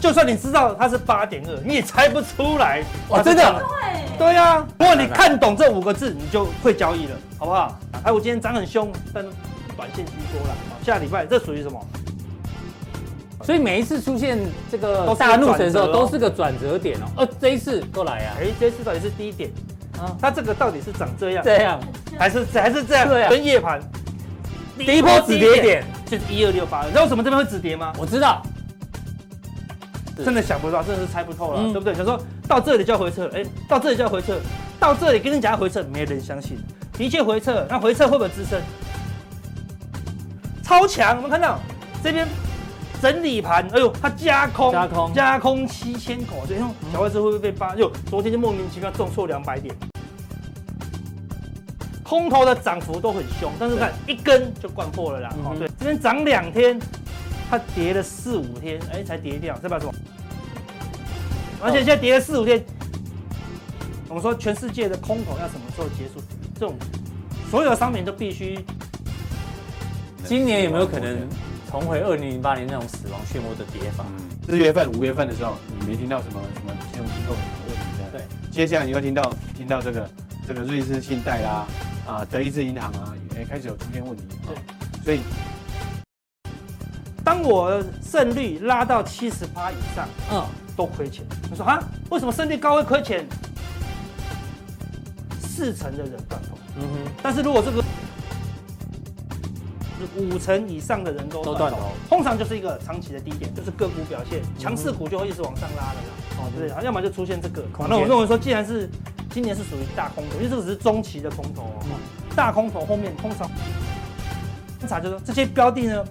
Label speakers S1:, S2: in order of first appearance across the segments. S1: 就算你知道它是八点二，你也猜不出来。
S2: 哇，真的，
S3: 对，
S1: 对呀、如果你看懂这五个字，你就会交易了，好不好？哎，我今天涨很凶，但短线居多了。下礼拜这属于什么？
S2: 所以每一次出现这
S1: 都
S2: 个
S1: 是
S2: 大怒神的时候，
S1: 转折哦
S2: 都是个转折点哦。哦，这一次又来啊，
S1: 哎，这次到底是低点？
S2: 啊，
S1: 它这个到底是长这样，
S2: 这样
S1: 还是还是这样？
S2: 对啊
S1: 跟夜盘
S2: 第一波止跌点，
S1: 就是一二六八，你知道为什么这边会止跌吗？
S2: 我知道，是
S1: 真的想不到，真的是猜不透了，
S2: 嗯
S1: 对不对？想说到这里就要回撤，哎、到这里就要回撤，到这里跟你讲要回撤，没人相信。的确回撤，那回撤会不会支撑？超强，我们看到这边整理盘，哎呦，它加空，
S2: 加空嗯
S1: 加空七千口，所以哎呦小外资会不会被扒？哟，昨天就莫名其妙重挫两百点。空头的涨幅都很凶，但是看一根就灌破了啦。
S2: 嗯
S1: 哦
S2: 哼，
S1: 对，这边涨两天，它跌了四五天，哎、才跌掉，这把什么？
S2: 哦
S1: 而且现在跌了四五天，我们说全世界的空头要什么时候结束？这种所有的商品都必须
S2: 今年有没有可能重回二零零八年那种死亡漩涡的跌法？
S4: 嗯，四月份、五月份的时候，你没听到什么什么金融机构有问题的。
S2: 对，
S4: 接下来你又听到听到这个这个瑞士信贷啦，啊，德意志银行啊，也开始有出现问题。啊
S1: 对
S4: 对，所以
S1: 当我胜率拉到七十趴以上
S2: 嗯，
S1: 都亏钱。他说啊，为什么胜率高会亏钱？四成的人断头，
S2: 嗯哼，
S1: 但是如果这个五成以上的人都
S2: 都
S1: 断
S2: 断
S1: 头
S2: 头，
S1: 通常就是一个长期的低点，就是个股表现，强势股就会一直往上拉的啦。
S2: 哦
S1: 对，，啊要么就出现这个。
S2: 空
S1: 那我
S2: 间
S1: 认为说，既然是今年是属于大空头，因为这个只是中期的空头哦，
S2: 嗯
S1: 大空头后面通常观察就是说这些标的呢，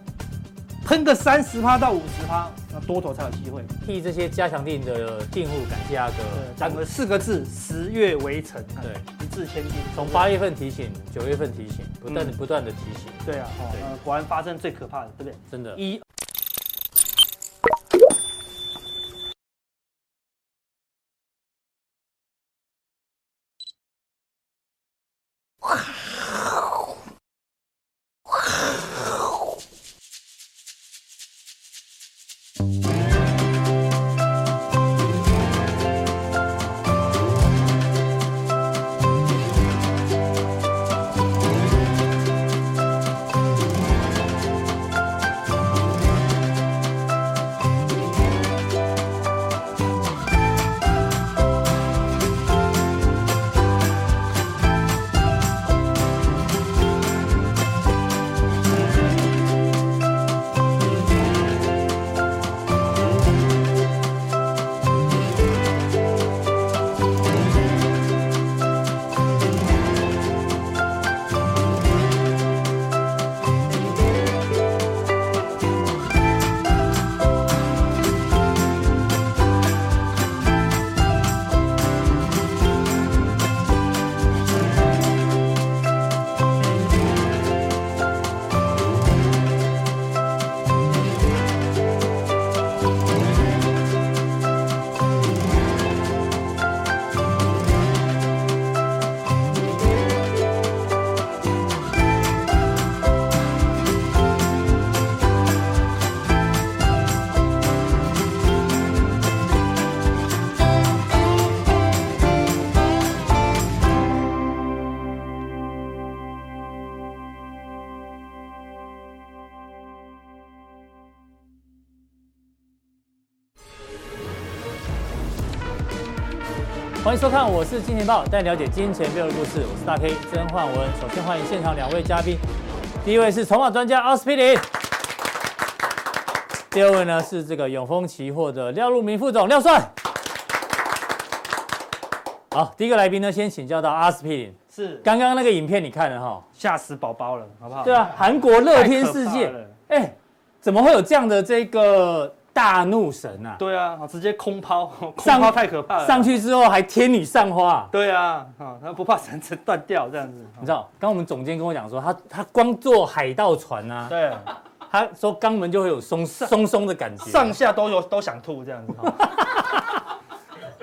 S1: 喷个三十趴到五十趴，那多头才有机会。
S2: 替这些加强定的订户感谢阿哥
S1: 对，，讲了四个字：十月围城。
S2: 对，
S1: 一掷千金。
S2: 从八月份提醒，九月份提醒，不
S1: 嗯
S2: 断的不断的提醒，
S1: 对啊，哦
S2: 对
S1: 呃果然发生最可怕的，对不对？
S2: 真的。
S1: 一
S2: 欢迎收看，我是金钱豹，带你了解金钱背后的故事。我是大 K 曾焕文。首先欢迎现场两位嘉宾，第一位是筹码专家奥斯匹林，第二位呢是这个永丰期货的廖路明副总廖帅。好，第一个来宾呢，先请教到阿斯匹林。
S1: 是
S2: 刚刚那个影片你看了哈？
S1: 吓死宝宝了，好不好？
S2: 对啊，韩国乐天世
S1: 太
S2: 界
S1: 可怕了，
S2: 哎、怎么会有这样的这个大怒神啊？
S1: 对啊，好直接空抛，空
S2: 上
S1: 抛太可怕了。
S2: 上去之后还天女散花啊、
S1: 对啊，啊，他不怕绳子断掉这样子。哦
S2: 你知道，刚刚我们总监跟我讲说，他他光坐海盗船啊，
S1: 对，
S2: 他说肛门就会有松松松的感觉。
S1: 上下都有都想吐这样子。 哈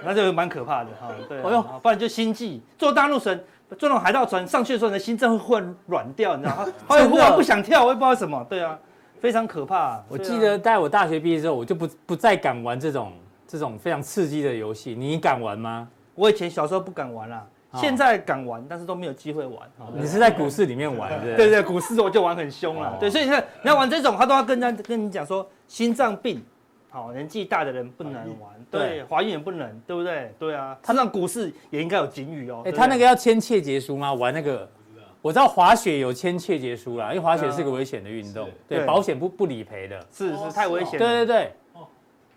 S1: 那就蛮可怕的哈，对、啊，
S2: 哎呦
S1: 啊不然就心悸，坐大陆神，坐那种海 盗船上去的时候，你的心脏会忽然软掉，你知道吗？会忽
S2: 真
S1: 然
S2: 的
S1: 不想跳，我也不知道为什么，对啊，非常可怕、
S2: 我
S1: 对啊
S2: 记得在我大学毕业之后，我就不不再敢玩这种这种非常刺激的游戏。你敢玩吗？
S1: 我以前小时候不敢玩啦、
S2: 哦
S1: 现在敢玩，但是都没有机会玩。哦
S2: 你是在股市里面玩的，
S1: 对对，股市我就玩很凶了
S2: 哦。
S1: 对，所以你看，你要玩这种，他都要跟人家跟你讲说，心脏病，好，年纪大的人不能玩，
S2: 嗯对
S1: 对，怀孕也不能，对不对？对啊，他让股市也应该有警语哦。
S2: 哎，
S1: 对不对
S2: 他那个要签切结书吗？玩那个，我知道滑雪有签切结书啦，因为滑雪是个危险的运动，对，
S1: 对
S2: 保险不不理赔的。
S1: 是是太危险哦
S2: 对
S1: 了。
S2: 对对。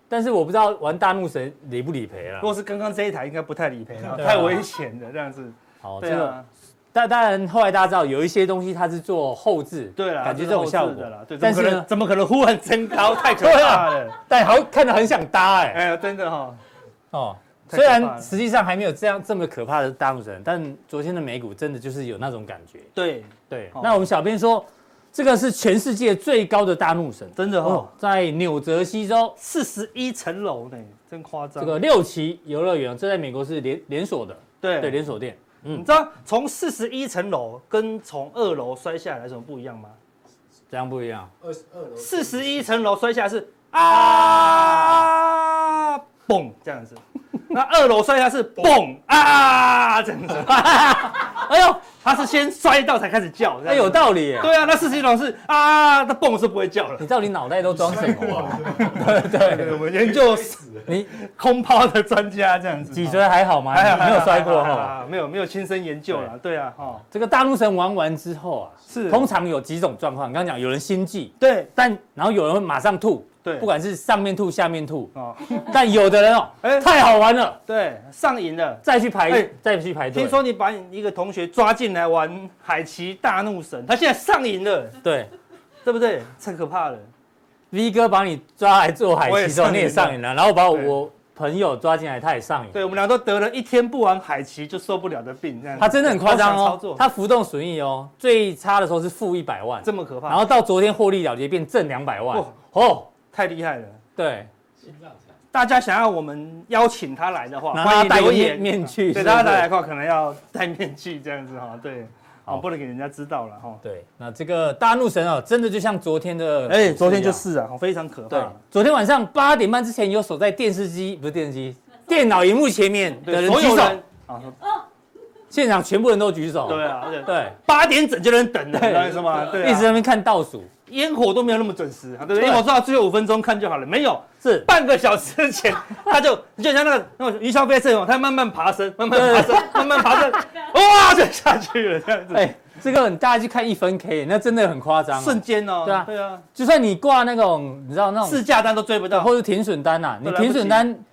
S2: 但是我不知道玩大怒神理不理赔啦
S1: 如。果是刚刚这一台，应该不太理赔了，
S2: 对啊哦
S1: 太危险了，这样子。
S2: 好，这
S1: 对
S2: 个
S1: 啊，
S2: 但当然后来大家知道有一些东西它是做后置，
S1: 对啦，
S2: 感觉
S1: 是
S2: 这种
S1: 后置
S2: 效果
S1: 的啦，对，怎
S2: 但
S1: 么可
S2: 是
S1: 能
S2: 呢，啊
S1: 怎么可能忽然增高？太可怕了。
S2: 但好像看着很想搭哎。
S1: 哎呀，真的哈，
S2: 哦，
S1: 太
S2: 虽
S1: 可怕
S2: 然
S1: 了
S2: 实际上还没有这样这么可怕的大陆人，但昨天的美股真的就是有那种感觉。
S1: 对，
S2: 对，
S1: 哦
S2: 那我们小编说，这个是全世界最高的大怒神，
S1: 真的哦，嗯
S2: 在纽泽西州
S1: 四十一层楼呢，真夸张。
S2: 这个六旗游乐园，这在美国是连连锁的，
S1: 对
S2: 对，连锁店。
S1: 你
S2: 嗯，
S1: 知道从四十一层楼跟从二楼摔下来有什么不一样吗？
S2: 这样不一样。
S3: 二十二楼
S1: 四十一层楼摔下来是啊，嘣这样子，那二楼摔下来是嘣啊这样子，
S2: 哎呦，
S1: 他是先摔到才开始叫，
S2: 哎
S1: 哎
S2: 有
S1: 呦，
S2: 道理耶。
S1: 对啊，那四十一楼是啊，那嘣是不会叫了
S2: 你。到底脑袋都装什么 啊？对
S1: 对，
S2: 对，
S1: 我们研究
S2: 你
S1: 空抛的专家这样子，啊
S2: 脊椎还好吗？
S1: 还好
S2: 你没有摔过
S1: 还好还
S2: 哈。
S1: 好没有没有亲身研究了，对啊，哈，
S2: 这个大怒神玩完之后啊，
S1: 是
S2: 通常有几种状况。刚刚讲有人心悸，
S1: 对
S2: 但然后有人会马上吐，
S1: 对，
S2: 不管是上面吐下面吐，
S1: 哦，
S2: 但有的人哦，
S1: 哎
S2: 太好玩了，
S1: 对，上瘾了。
S2: 再去排、
S1: 哎
S2: 再去排队。
S1: 听说你把你一个同学抓进来玩海奇大怒神，他现在上瘾了，
S2: 对
S1: 对不对？太可怕了。
S2: ，V 哥把你抓来做海
S1: 我也
S2: 奇之后，
S1: 上
S2: 你
S1: 瘾
S2: 也
S1: 了
S2: 上瘾了，然后把我
S1: 对
S2: 我朋友抓进来，他也上瘾。
S1: 对我们俩都得了一天不玩海奇就受不了的病，这样子。
S2: 他真的很夸张
S1: 好想操
S2: 哦
S1: 作，
S2: 他浮动损益哦，最差的时候是负一百万，
S1: 这么可怕，
S2: 然后到昨天获利了结变正两百万
S1: 哇，
S2: 哦，
S1: 太厉害了。
S2: 对，
S3: 新浪潮，
S1: 大家想要我们邀请他来的话，
S2: 然后
S1: 欢
S2: 他
S1: 迎
S2: 戴个
S1: 留
S2: 面
S1: 言。
S2: 面具，
S1: 对，
S2: 是不
S1: 大
S2: 是
S1: 家来的话可能要戴面具这样子哈，对，好
S2: 好
S1: 不能给人家知道了哈。
S2: 对，那这个大怒神哦，真的就像昨天的，
S1: 哎，昨天就。是啊，非常可
S2: 对
S1: 怕。，
S2: 昨天晚上八点半之前有守在电视机，不是电视机，电脑荧幕前面的
S1: 对，
S2: 人
S1: 所
S2: 举
S1: 有
S2: 手，
S1: 人啊，
S2: 现场全部人都举手，
S1: 对啊，对，
S2: 对
S1: 八点整就能等了，
S2: 对
S1: 你知道意思吗？对啊，
S2: 一直在那边看倒数，
S1: 烟火都没有那么准时，对不对？
S2: 对
S1: 因为我知道最后五分钟看就好了，没有
S2: 是
S1: 半个小时之前，他就你就像那个那种云霄飞车哦，他慢慢爬升，慢慢爬升，慢慢爬升，哇，就下去了，这样子，
S2: 哎，这个大家去看一分 K，那真的很夸张哦
S1: 瞬。间哦，
S2: 对啊
S1: 对啊，
S2: 就算你挂那种，你知道那种
S1: 市价单都追不到，
S2: 或是停损单呐，你
S1: 都来不及
S2: 停损单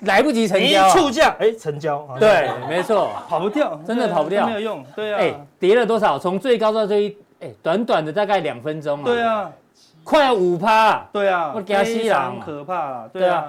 S2: 来不及成
S1: 你一
S2: 交啊，
S1: 出价，哎，成交，好像
S2: 对，没错。
S1: 跑不掉，
S2: 真的
S1: 对啊
S2: 跑不掉
S1: 都没有用，对
S2: 哎
S1: 啊，，
S2: 跌了多少？从最高到最低，哎，短短的大概两分钟啊，
S1: 对，啊，
S2: 快要五趴
S1: 对啊，
S2: 我给他吸
S1: 非
S2: 狼
S1: 常
S2: 嘛
S1: 可怕啦，
S2: 对
S1: 对
S2: 啊
S1: 啊，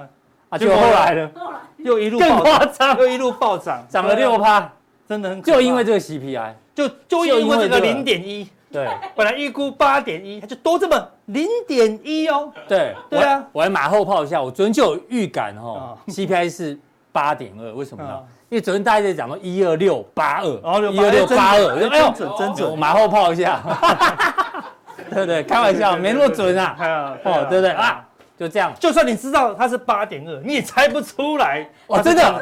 S2: 啊，
S1: 结
S2: 就
S1: 果
S2: 后来了，
S1: 又一路
S2: 更
S1: 暴
S2: 夸
S1: 涨，
S2: 张，
S1: 又一路暴涨，
S2: 涨了
S1: 对啊
S2: 六，趴，
S1: 真的很可怕，
S2: 就因为这个 CPI，
S1: 就就
S2: 就因
S1: 因为
S2: 为
S1: 这个
S2: 这个
S1: 零点一。
S2: 对
S1: 本来预估八点一，它就多这么零点一哦。
S2: 对
S1: 对啊
S2: 我还我还马后炮一下，我昨天就有预感哦
S1: 啊
S2: ，CPI 是八点二，为什么呢
S1: 啊？
S2: 因为昨天大家在讲到一二六八二，
S1: 然后就
S2: 一二六八二，我就
S1: 真
S2: 哎呦，
S1: 准真
S2: 我
S1: 准，
S2: 马后炮一下， 对对，开玩笑，没那么准啊，
S1: 啊
S2: 哦，对不对啊？？就这样，
S1: 就算你知道它是八点二，你也猜不出来。
S2: 哇，哦真的，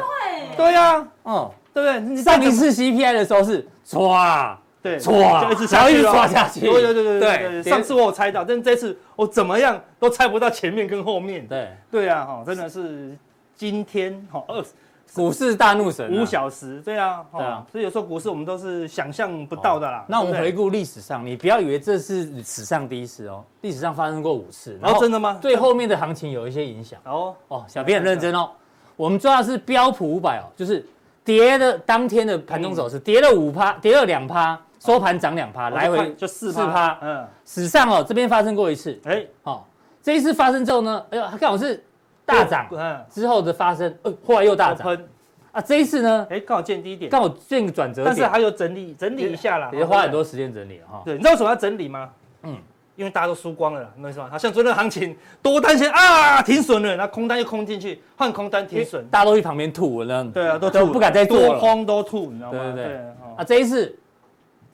S1: 对呀，
S2: 哦，
S1: 对不对？你
S2: 上一次 CPI 的时候是唰，
S1: 对
S2: 唰
S1: 就一直下
S2: 然后一
S1: 去
S2: 直
S1: 咯
S2: 刷下去
S1: 对对对对
S2: 对
S1: 对对。
S2: 别
S1: 上次我有猜到，但这次我怎么样都猜不到前面跟后面。
S2: 对，
S1: 对啊，哈，真的是今天哈二十
S2: 股市大怒神啊
S1: 五小时，对啊，
S2: 对啊
S1: 哈，所以有时候股市我们都是想象不到的啦。
S2: 那我们
S1: 对不
S2: 回
S1: 对
S2: 顾历史上，你不要以为这是史上第一次哦，历史上发生过五次，
S1: 然哦后真的吗？
S2: 对后面的行情有一些影响
S1: 哦，
S2: 哦。小编很认真哦，我们抓的是标普五百哦，就是跌的当天的盘中走
S1: 嗯
S2: 势，跌了五趴，跌了两趴，收盘涨两趴，来回
S1: 哦就四
S2: 四趴
S1: 嗯，
S2: 史上哦这边发生过一次，
S1: 哎，
S2: 哦，这一次发生之后呢，哎呦，它刚好是大涨
S1: 嗯，
S2: 之后的发生，呃，后来又大
S1: 大
S2: 涨
S1: 喷，
S2: 啊，这一次呢
S1: 哎，刚好见低点，
S2: 刚好这个转折
S1: 但是
S2: 点，
S1: 还有整理整理一下啦，
S2: 也花很多时间整理了哈。
S1: 对，你知道为什么要整理吗？
S2: 嗯
S1: 嗯，因为大家都输光了啦，你懂意思吗？好像昨天的行情多单先啊停损了，那空单又空进去，换空单停损，
S2: 大家都去旁边吐，我呢，
S1: 对啊，都
S2: 都
S1: 吐
S2: 不敢再做了
S1: 多空都吐，你知道吗？
S2: 对对对
S1: 哦
S2: 啊，这一次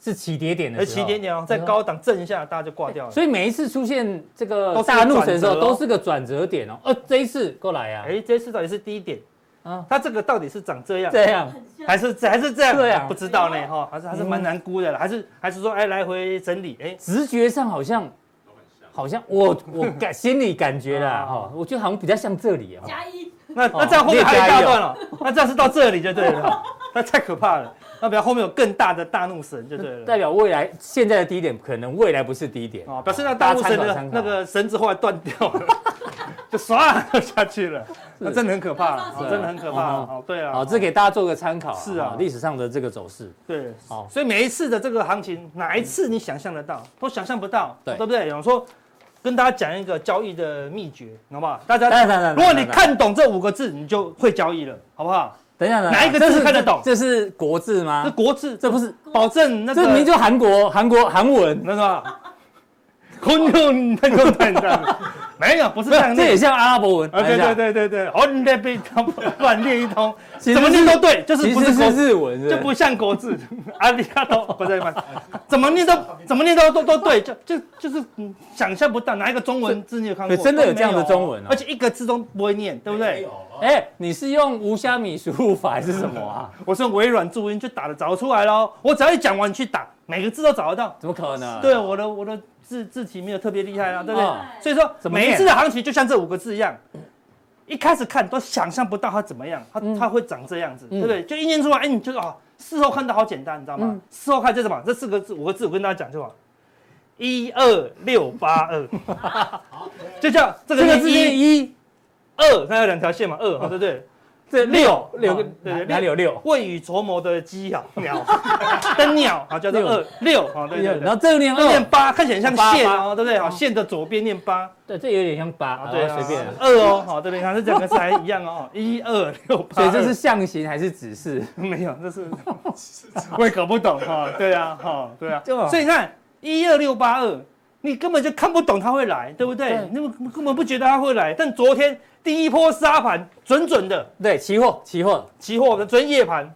S2: 是起跌点的
S1: 而
S2: 时候，啊
S1: 起点点哦，在高档震一下，大家就挂掉了。
S2: 哎所以每一次出现这
S1: 都
S2: 个
S1: 是
S2: 大怒神的时候，
S1: 转折哦
S2: 都是个转折点哦。呃，这一次过来啊，
S1: 哎，这次到底是低点
S2: 啊
S1: 啊？它这个到底是长这样，
S2: 这样
S1: 还是这还是这样？
S2: 对啊
S1: 不知道呢哈，还是还是蛮难估的啦，还是还是说哎来回整理，哎，
S2: 直觉上好像，好像我我感 心里感觉啦
S1: 啊
S2: 哈，我觉得好像比较像这里啊哈。
S3: 加一，
S2: 哦
S1: 那那这样后面还有一大段了，那这样是到这里就对了， 那太可怕了。那表示后面有更大的大怒神就对了。
S2: 代表未来现在的低点，可能未来不是低点
S1: 哦，表示那大陆神
S2: 大家参考
S1: 的
S2: 参考
S1: 那个绳子后来断掉了， 就唰就下去了，那真的很可怕了，
S3: 是
S1: 哦真的很可怕了。
S2: 嗯
S1: 哦，对啊，
S2: 好，这给大家做个参考。
S1: 是啊
S2: 哈历史上的这个走势，
S1: 对，
S2: 好
S1: 所以每一次的这个行情，哪一次你想象得到，都想象不到，
S2: 对
S1: 不对？想说跟大家讲一个交易的秘诀，好不好？大
S2: 当然当
S1: 家
S2: 然
S1: 如果你
S2: 当然
S1: 看懂这五个字，你就会交易了，好不好？
S2: 等一下，等下
S1: 哪一个
S2: 这
S1: 字
S2: 是
S1: 看得懂
S2: 这是国字
S1: 这
S2: 吗？
S1: 国字，
S2: 啊这不是，
S1: 保证那
S2: 这明明
S1: 个
S2: 就韩国韩国韩文，
S1: 那个。混用那个蛋蛋，没有，不是
S2: 不
S1: 这
S2: 是
S1: 样
S2: 这
S1: 念
S2: 也。像阿拉伯文。
S1: 啊，对
S2: 看一下
S1: 对，对对对，哦，你在被他们乱念一通，
S2: 其实
S1: 怎么念都对，就是
S2: 其
S1: 不是
S2: 实
S1: 国
S2: 是
S1: 字，
S2: 日文，是
S1: 就不像国字，阿里阿多不在吗？怎么念都怎么念都都都对，就就就是嗯想象不到哪一个中文字你有看过，
S2: 对真的有这样的
S1: 都没
S2: 中文哦
S1: 而且一个字都不会念，对不对？
S2: 哎，你是用无虾米输入法还是什 么啊？
S1: 我是用微软注音就打的找得出来喽，我只要一讲完去打，每个字都找得到。
S2: 怎么可能？
S1: 对，我的我的字字体没有特别厉害啊，对不对？
S2: 哦
S1: 所以说
S2: 怎么念
S1: 每一次的行情就像这五个字一样，一开始看都想象不到它怎么样，它、
S2: 嗯
S1: 它会长这样子，对不对？就一念出来，哎，你就是啊、事后看到好简单，你知道
S2: 嗯
S1: 吗？事后看就什么？这四个字五个字，我跟大家讲就好，一二六八 二，就叫这个
S2: 这个字
S1: 念
S2: 念
S1: 一
S2: 一，
S1: 二，它有两条线嘛，二，好哦对不对？
S2: 这
S1: 六
S2: 六个
S1: 哦对
S2: 哪
S1: 对
S2: 哪里有六？
S1: 未雨绸缪的鸡啊，鸟 灯鸟啊，叫做
S2: 六
S1: 二六啊，对对对。
S2: 然后这个念
S1: 那念
S2: 二，
S1: 八看起来很
S2: 八
S1: 像线
S2: 八
S1: 哦，对不对？好，线的左边念八，
S2: 对，这有点像八，啊
S1: 对啊，
S2: 随便啊。
S1: 二哦，好，对不对？看这两个字还一样哦，一二六八。
S2: 所以这是象形还是指示？
S1: 没有，这是我也搞不懂哈。对啊，哈，对啊。
S2: 就
S1: 所以你看一二六八二，你根本就看不懂它会来，对不对
S2: 对？
S1: 你们根本不觉得它会来。但昨天第一波杀盘准准的，
S2: 对，期货，期货
S1: 期货的昨天夜盘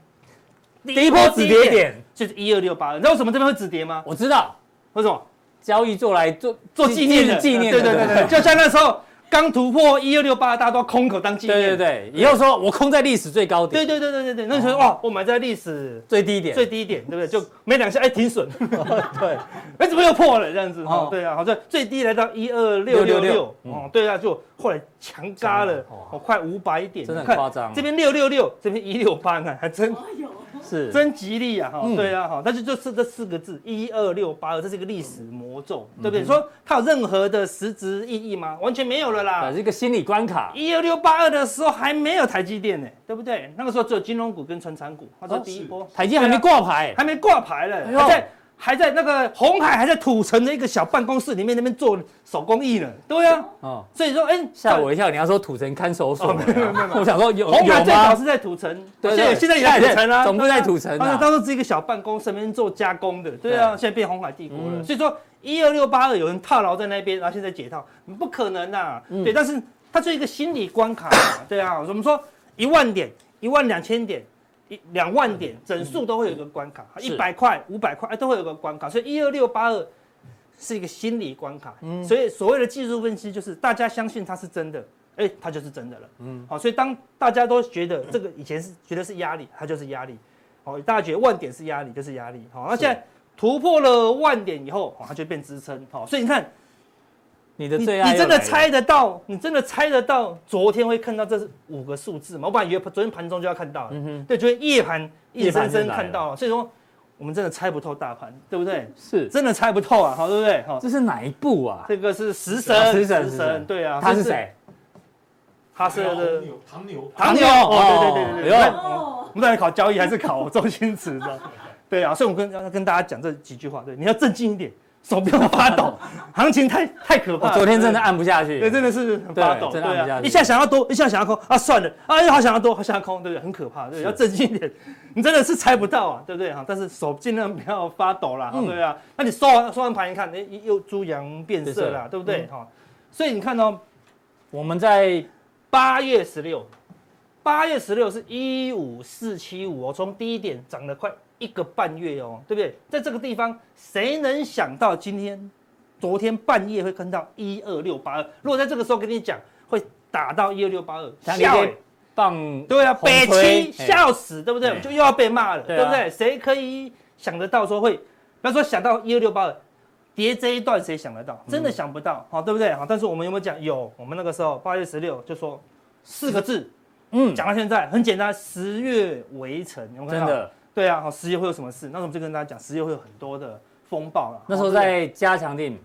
S2: 第一波止跌点，
S1: 就是一二六八二。你知道为什么这边会止跌吗？
S2: 我知道，
S1: 为什么？
S2: 交易做来做
S1: 做纪念的，
S2: 纪念
S1: 对
S2: 的，
S1: 对对对，就像那时候刚突破一二六八，大家都空口当纪念。
S2: 对对对，以后说我空在历史最高
S1: 对
S2: 点，
S1: 对对对对对，那时候
S2: 哦
S1: 哇，我买在历史
S2: 最低点，
S1: 最低点，对不对？就没两下，哎，停损，
S2: 对，
S1: 哎，怎么又破了这样子？
S2: 哦
S1: 哦，对啊，好像最低来到一二六六
S2: 666
S1: 六，哦，对啊，就后来强嘎了
S2: 嗯强了哇，
S1: 哦，快五百点，
S2: 真的很
S1: 你看
S2: 夸张
S1: 这边六六六，这边一六八，看还真
S3: 哦有，
S2: 是
S1: 真吉利啊，哈
S2: 嗯，
S1: 对啊，哈，但是就是这四个字一二六八二，这是一个历史魔咒，
S2: 嗯
S1: 对不对？你说它有任何的实质意义吗？完全没有了啦
S2: 啊，。这个心理关卡，
S1: 一二六八二的时候还没有台积电呢、对不对？那个时候只有金融股跟传产股，哦它是第一波，啊
S2: 台积还没挂牌，
S1: 还没挂牌嘞，
S2: 哦哎呦
S1: 还在还在那个红海还在土城的一个小办公室里面那边做手工艺呢，对啊，
S2: 哦，
S1: 所以说哎
S2: 吓我一跳，你要说土城看守所，我想说有
S1: 红海
S2: 有
S1: 最早
S2: 吗？
S1: 是在土城，
S2: 对
S1: 现在
S2: 对
S1: 现在也在土城啊，
S2: 总部
S1: 对啊
S2: 在土城啊
S1: 当时当时是一个小办公室，那边做加工的，对啊，
S2: 对
S1: 现在变红海帝国了。
S2: 嗯
S1: 所以说一二六八二有人套牢在那边，然后现在解套，不可能啊。
S2: 嗯
S1: 对，但是它是一个心理关卡嘛，对啊，我们说一万点、一万两千点。一两万点嗯整数都会有一个关卡，
S2: 是
S1: 一百块、五百块，哎，都会有个关卡，所以一二六八二是一个心理关卡。所以所谓的技术分析就是大家相信它是真的，哎、它就是真的了。嗯，好，所以当大家都觉得这个以前是觉得是压力，它就是压力。好，大家觉得万点是压力，就是压力。哦好，那
S2: 是
S1: 现在突破了万点以后，哦它就变支撑。好，所以你看，
S2: 你的
S1: 你
S2: 最爱
S1: 你真
S2: 又来
S1: 的
S2: 了
S1: 猜得到，你真的猜得到昨天会看到这是五个数字吗？我本来以为昨天盘中就要看到
S2: 嗯
S1: 了，对，昨天夜盘硬生生看到了，所以说我们真的猜不透大盘，对不对？
S2: 是
S1: 真的猜不透啊，好，对不对？好，
S2: 这嗯是哪一部啊？
S1: 这个是食
S2: 啊
S1: 神，
S2: 食神
S1: 食
S2: 食
S1: 神，
S2: 神
S1: 对啊，
S2: 他是
S1: 这
S2: 谁？
S1: 他是呃
S5: 唐牛，
S1: 唐牛，
S2: 唐牛
S1: 哦，对
S2: 哦
S1: 对对对对，
S2: 哎
S1: 对
S2: 呦
S3: 哦，
S1: 我们到底考交易还是考周星驰的？ 对啊，所以我跟要跟大家讲这几句话，对，你要镇静一点，手不要发 抖，行情太太可
S2: 我
S1: 怕了。
S2: 哦昨天真的按不下去，
S1: 对，真的是很发抖，对
S2: 对真的按不下
S1: 啊，
S2: 去
S1: 一下想要多，一下想要空，啊，算了，啊，又好想要多，好想要空，对不对？很可怕，对，要镇静一点，你真的是猜不到啊，对不对哈？但是手尽量不要发抖啦，
S2: 嗯
S1: 对啊，那你收完收完盘一看，哎，又猪羊变
S2: 变色嗯
S1: 色啦，对不对哈？所以你看哦，
S2: 我们在
S1: 八月十六，八月十六是一五四七五哦，从低点涨了快一个半月哦，对不对？在这个地方，谁能想到今天、昨天半夜会看到一二六八二？如果在这个时候跟你讲会打到一二六八二，
S2: 像
S1: 笑欸、
S2: 棒
S1: 对啊，北七
S2: 嘿
S1: 笑死，对不对？
S2: 嘿
S1: 就又要被骂了，
S2: 哎对
S1: 对
S2: 啊
S1: 不对？谁可以想得到说会？不要说想到一二六八二，跌这一段谁想得
S2: 嗯
S1: 到？真的想不到，哦好，对不对？好，但是我们有没有讲？有，我们那个时候八月十六就说四个字，
S2: 嗯，
S1: 讲到现在很简单，十月围城，有没有看
S2: 真
S1: 到？
S2: 的，
S1: 对啊，好，十月会有什么事？那时候我们就跟大家讲，十月会有很多的风暴了。
S2: 那时候
S1: 好对不对
S2: 在加强定，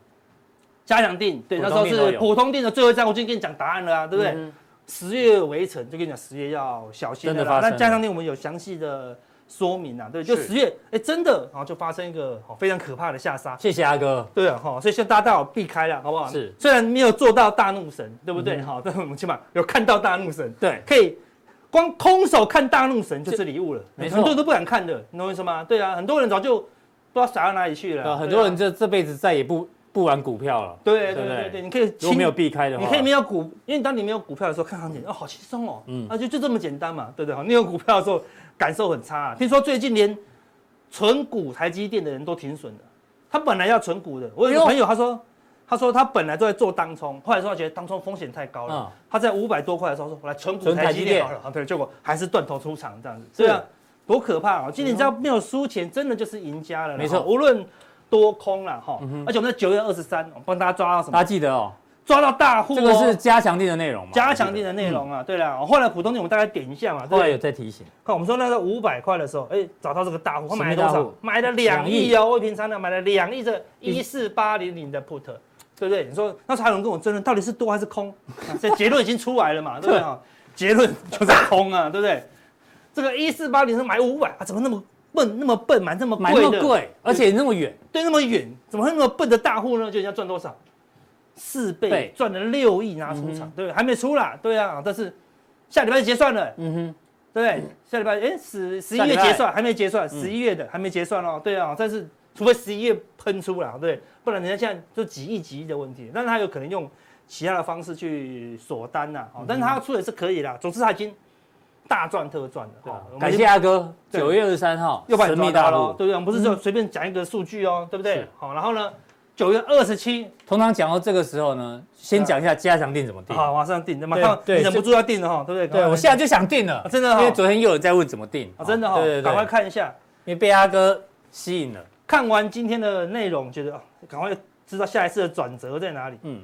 S1: 加强定，对，
S2: 普
S1: 那
S2: 通
S1: 时候
S2: 定都
S1: 是
S2: 有
S1: 普通定的最后一站，我就跟你讲答案了啊，对不对？
S2: 嗯
S1: 十月围城，就跟你讲十月要小心
S2: 真的
S1: 了
S2: 发
S1: 啦。
S2: 生
S1: 那
S2: 了
S1: 加强定我们有详细的说明啊，对，就是十月，哎，真的，然后就发生一个哦非常可怕的下杀。
S2: 谢谢阿哥，
S1: 对啊，哈，所以希望大家要避开了，好不好？
S2: 是
S1: 虽然没有做到大怒神，对不对？
S2: 嗯
S1: 好、但我们起码有看到大怒神，
S2: 对，
S1: 可以光空手看大怒神就是礼物了，
S2: 没
S1: 很
S2: 错
S1: 多人都不敢看的，你懂我意思吗？对啊，很多人早就不知道傻到哪里去了
S2: 对啊
S1: 啊，
S2: 很多人
S1: 对啊
S2: 这这辈子再也不不玩股票了，
S1: 对啊
S2: 对
S1: 对
S2: 不
S1: 对
S2: 对
S1: 对，你可以
S2: 如果
S1: 轻
S2: 没有避开的话，
S1: 你可以没有股，因为当你没有股票的时候看行情，哦，好轻松哦，
S2: 嗯
S1: 嗯，啊，就就这么简单嘛，对不哦对？你有股票的时候感受很差、啊，听说最近连存股台积电的人都停损了，他本来要存股的，我有一
S2: 哎呦
S1: 个朋友他说，他说他本来都在做当冲，后来说他觉得当冲风险太高了，
S2: 嗯
S1: 他在五百多块的时候说，我来存股
S2: 存台
S1: 台
S2: 积
S1: 积
S2: 电
S1: 电好了，啊对，结果还是断头出场这样子，
S2: 是
S1: 对啊，多可怕啊！今年只要没有输钱，真的就是赢家了啦，
S2: 没错嗯
S1: 哈无论。多空了哈，而且我们在九月二十三，我帮大家抓到什么
S2: 大？家记得哦，
S1: 抓到大户、哦，
S2: 这个是加强定的内容嘛？
S1: 加强定的
S2: 嗯
S1: 内容啊，对啦，后来普通店我们大概点一下嘛，
S2: 后来
S1: 对
S2: 有，在提醒，
S1: 看我们说那个五百块的时候，哎，找到这个大户，他买了多
S2: 什么大户
S1: 少？买了两亿哦，我平常呢买了两亿这一四八零零的 put，对不对？你说那时候还有人跟我争论到底是多还是空， 啊这结论已经出来了嘛， 对不对啊？结论就是空啊，对不对？这个一四八零是买五百啊，怎么那么笨，那么笨，买那么
S2: 买那
S1: 贵
S2: 么
S1: 的，
S2: 贵，而且那么远，
S1: 对那么远，怎么会那么笨的大户呢？就人家赚多少？四
S2: 倍
S1: 倍赚了六亿拿出
S2: 嗯
S1: 场，对不对？还没出啦，对啊，但是下礼拜就结算了，
S2: 嗯哼，
S1: 对不对？下礼拜哎十十一
S2: 下礼
S1: 月
S2: 拜嗯
S1: 结算还没结算，十一月的还没结算哦，对啊，但是除非十一月喷出啦，对，不然人家现在就几亿几亿的问题，但是他有可能用其他的方式去锁单呐，哦，但是他要出也是可以啦，总之他已经大赚特赚了，
S2: 对
S1: 哦
S2: 啊
S1: 我们
S2: 感谢阿哥，
S1: 对
S2: 九月二十三号，
S1: 又把你
S2: 神
S1: 抓
S2: 秘
S1: 到
S2: 大
S1: 了，
S2: 陆，嗯
S1: 对不对？我们不是就随便讲一个数据哦，对不对
S2: 是？
S1: 好，然后呢，九月二十七，
S2: 通常讲到这个时候呢，先讲一下加强定怎么定。
S1: 好，马上定，马
S2: 对
S1: 上你
S2: 对
S1: 忍
S2: 这
S1: 不住要定了哈，对不对？
S2: 对，我现在就想定了
S1: 啊，真的哦
S2: 因为昨天又有人在问怎么定
S1: 啊，真的哈
S2: 对对，
S1: 赶快
S2: 对，
S1: 看一下，
S2: 因为被阿哥吸引了，
S1: 看完今天的内容，觉得哦赶快知道下一次的转折在哪里。
S2: 嗯，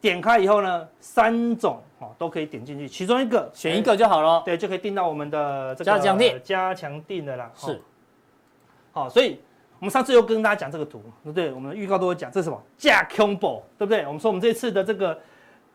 S1: 点开以后呢，三种哦都可以点进去，其中一个
S2: 选一，个就好了
S1: 哎。对，就可以定到我们的这个
S2: 加强定
S1: 加强定的啦。哦
S2: 是，
S1: 好，所以我们上次又跟大家讲这个图，对不对？我们的预告都有讲，这是什么架空 o 对不对？我们说我们这次的这个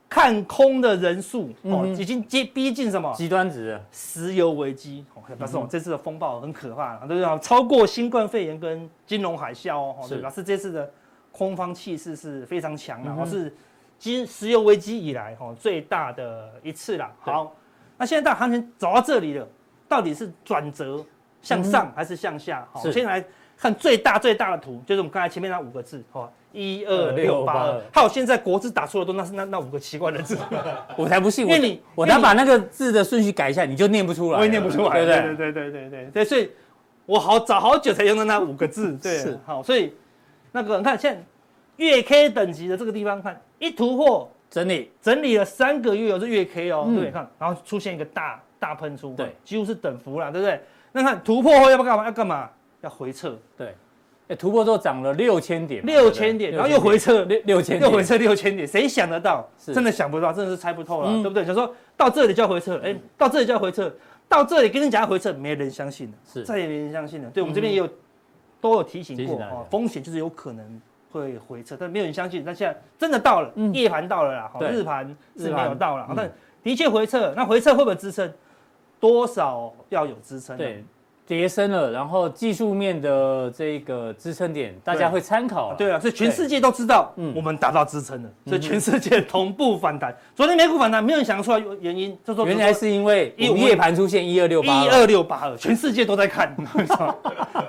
S1: 看空的人数哦，
S2: 嗯哼
S1: 已经接逼近什么
S2: 极端值了，
S1: 石油危机，
S2: 嗯
S1: 哦，表示我们这次的风暴很可怕，对不对？超过新冠肺炎跟金融海啸哦，哦对
S2: 是
S1: 吧？是这次的空方气势是非常强的，
S2: 嗯
S1: 哦，
S2: 哼
S1: 是金石油危机以来哦最大的一次啦。
S2: 对
S1: 好，那现在大行情走到这里了，到底是转折向上还是向下？好，
S2: 嗯是
S1: 先来看最大最大的图，就是我们刚才前面那五个字，哦，一二六八
S2: 2682
S1: 二，还有现在国字打错的都那是那那五个奇怪的字。
S2: 我才不信，
S1: 因为你
S2: 我我
S1: 因为
S2: 拿
S1: 你
S2: 把那个字的顺序改一下，你就念不出来了，
S1: 我也念不出来，
S2: 对
S1: 对
S2: 不对？
S1: 对对对对对对，所以我好找好久才用到那五个 字，对
S2: 是，
S1: 好，所以那个你看现在月 K 等级的这个地方看，一突破
S2: 整理，
S1: 整理了三个月哦，是月 K 哦，
S2: 嗯
S1: 对，看，然后出现一个大大喷出，
S2: 对，
S1: 几乎是等幅啦，对不对？那看突破后要不要干嘛？要干嘛？要回撤
S2: 对，哎突破之后涨了六千点嘛，
S1: 六千点，
S2: 对
S1: 然
S2: 不对
S1: 后又回撤
S2: 六六千点，
S1: 又回撤六千点，谁想得到？
S2: 是
S1: 真的想不到，真的是猜不透了，
S2: 嗯
S1: 对不对？就说到这里就要回撤，哎，到这里就要回撤，到这里跟你讲要回撤，没人相信了，
S2: 是嗯
S1: 再也没人相信了。对我们这边也有都有提
S2: 提
S1: 醒
S2: 醒
S1: 过
S2: 大家
S1: 哦，风险就是有可能会回撤，但没有人相信。但现在真的到了，夜盘到了啦，哦
S2: 嗯对
S1: 日盘是
S2: 日
S1: 没
S2: 盘
S1: 有到了，
S2: 嗯
S1: 但的确回撤，那回撤会不会支撑？多少要有支撑？啊
S2: 对，叠升了，然后技术面的这个支撑点，大家会参考
S1: 啊
S2: 啦。
S1: 对啊，所以全
S2: 对
S1: 世界都知道
S2: 嗯
S1: 我们达到支撑了，所以全世界同步反弹。昨天美股反弹，没有人想得出来原因，就说
S2: 原来是因为
S1: 因为
S2: 我们
S1: 我们
S2: 夜盘出现一二六八，
S1: 一二六八二，全世界都在 看，你知道吗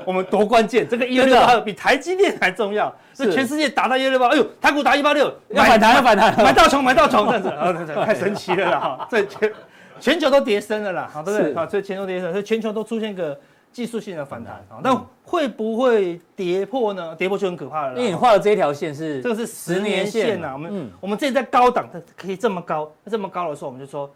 S1: 我们多关键，这个一二六八二比台积电还重要，
S2: 是
S1: 是全世界打到一二六八，哎呦，台股打一八六，
S2: 要反弹要反弹
S1: 买
S2: 了，
S1: 到穷，买到穷，这样子，啊这这太神奇了啦！哈，这全全球都跌升了啦，好，对不
S2: 是
S1: 对？好，所以全球跌升，所以全球都出现一个技术性的反弹
S2: 嗯
S1: 啊，但会不会跌破呢？跌破就很可怕了啦。
S2: 因为你画的这一条线是
S1: 这个是十年线呐、
S2: 嘛
S1: 我们、
S2: 嗯，
S1: 我们这里在高档，它可以这么高，这么高的时候，我们就说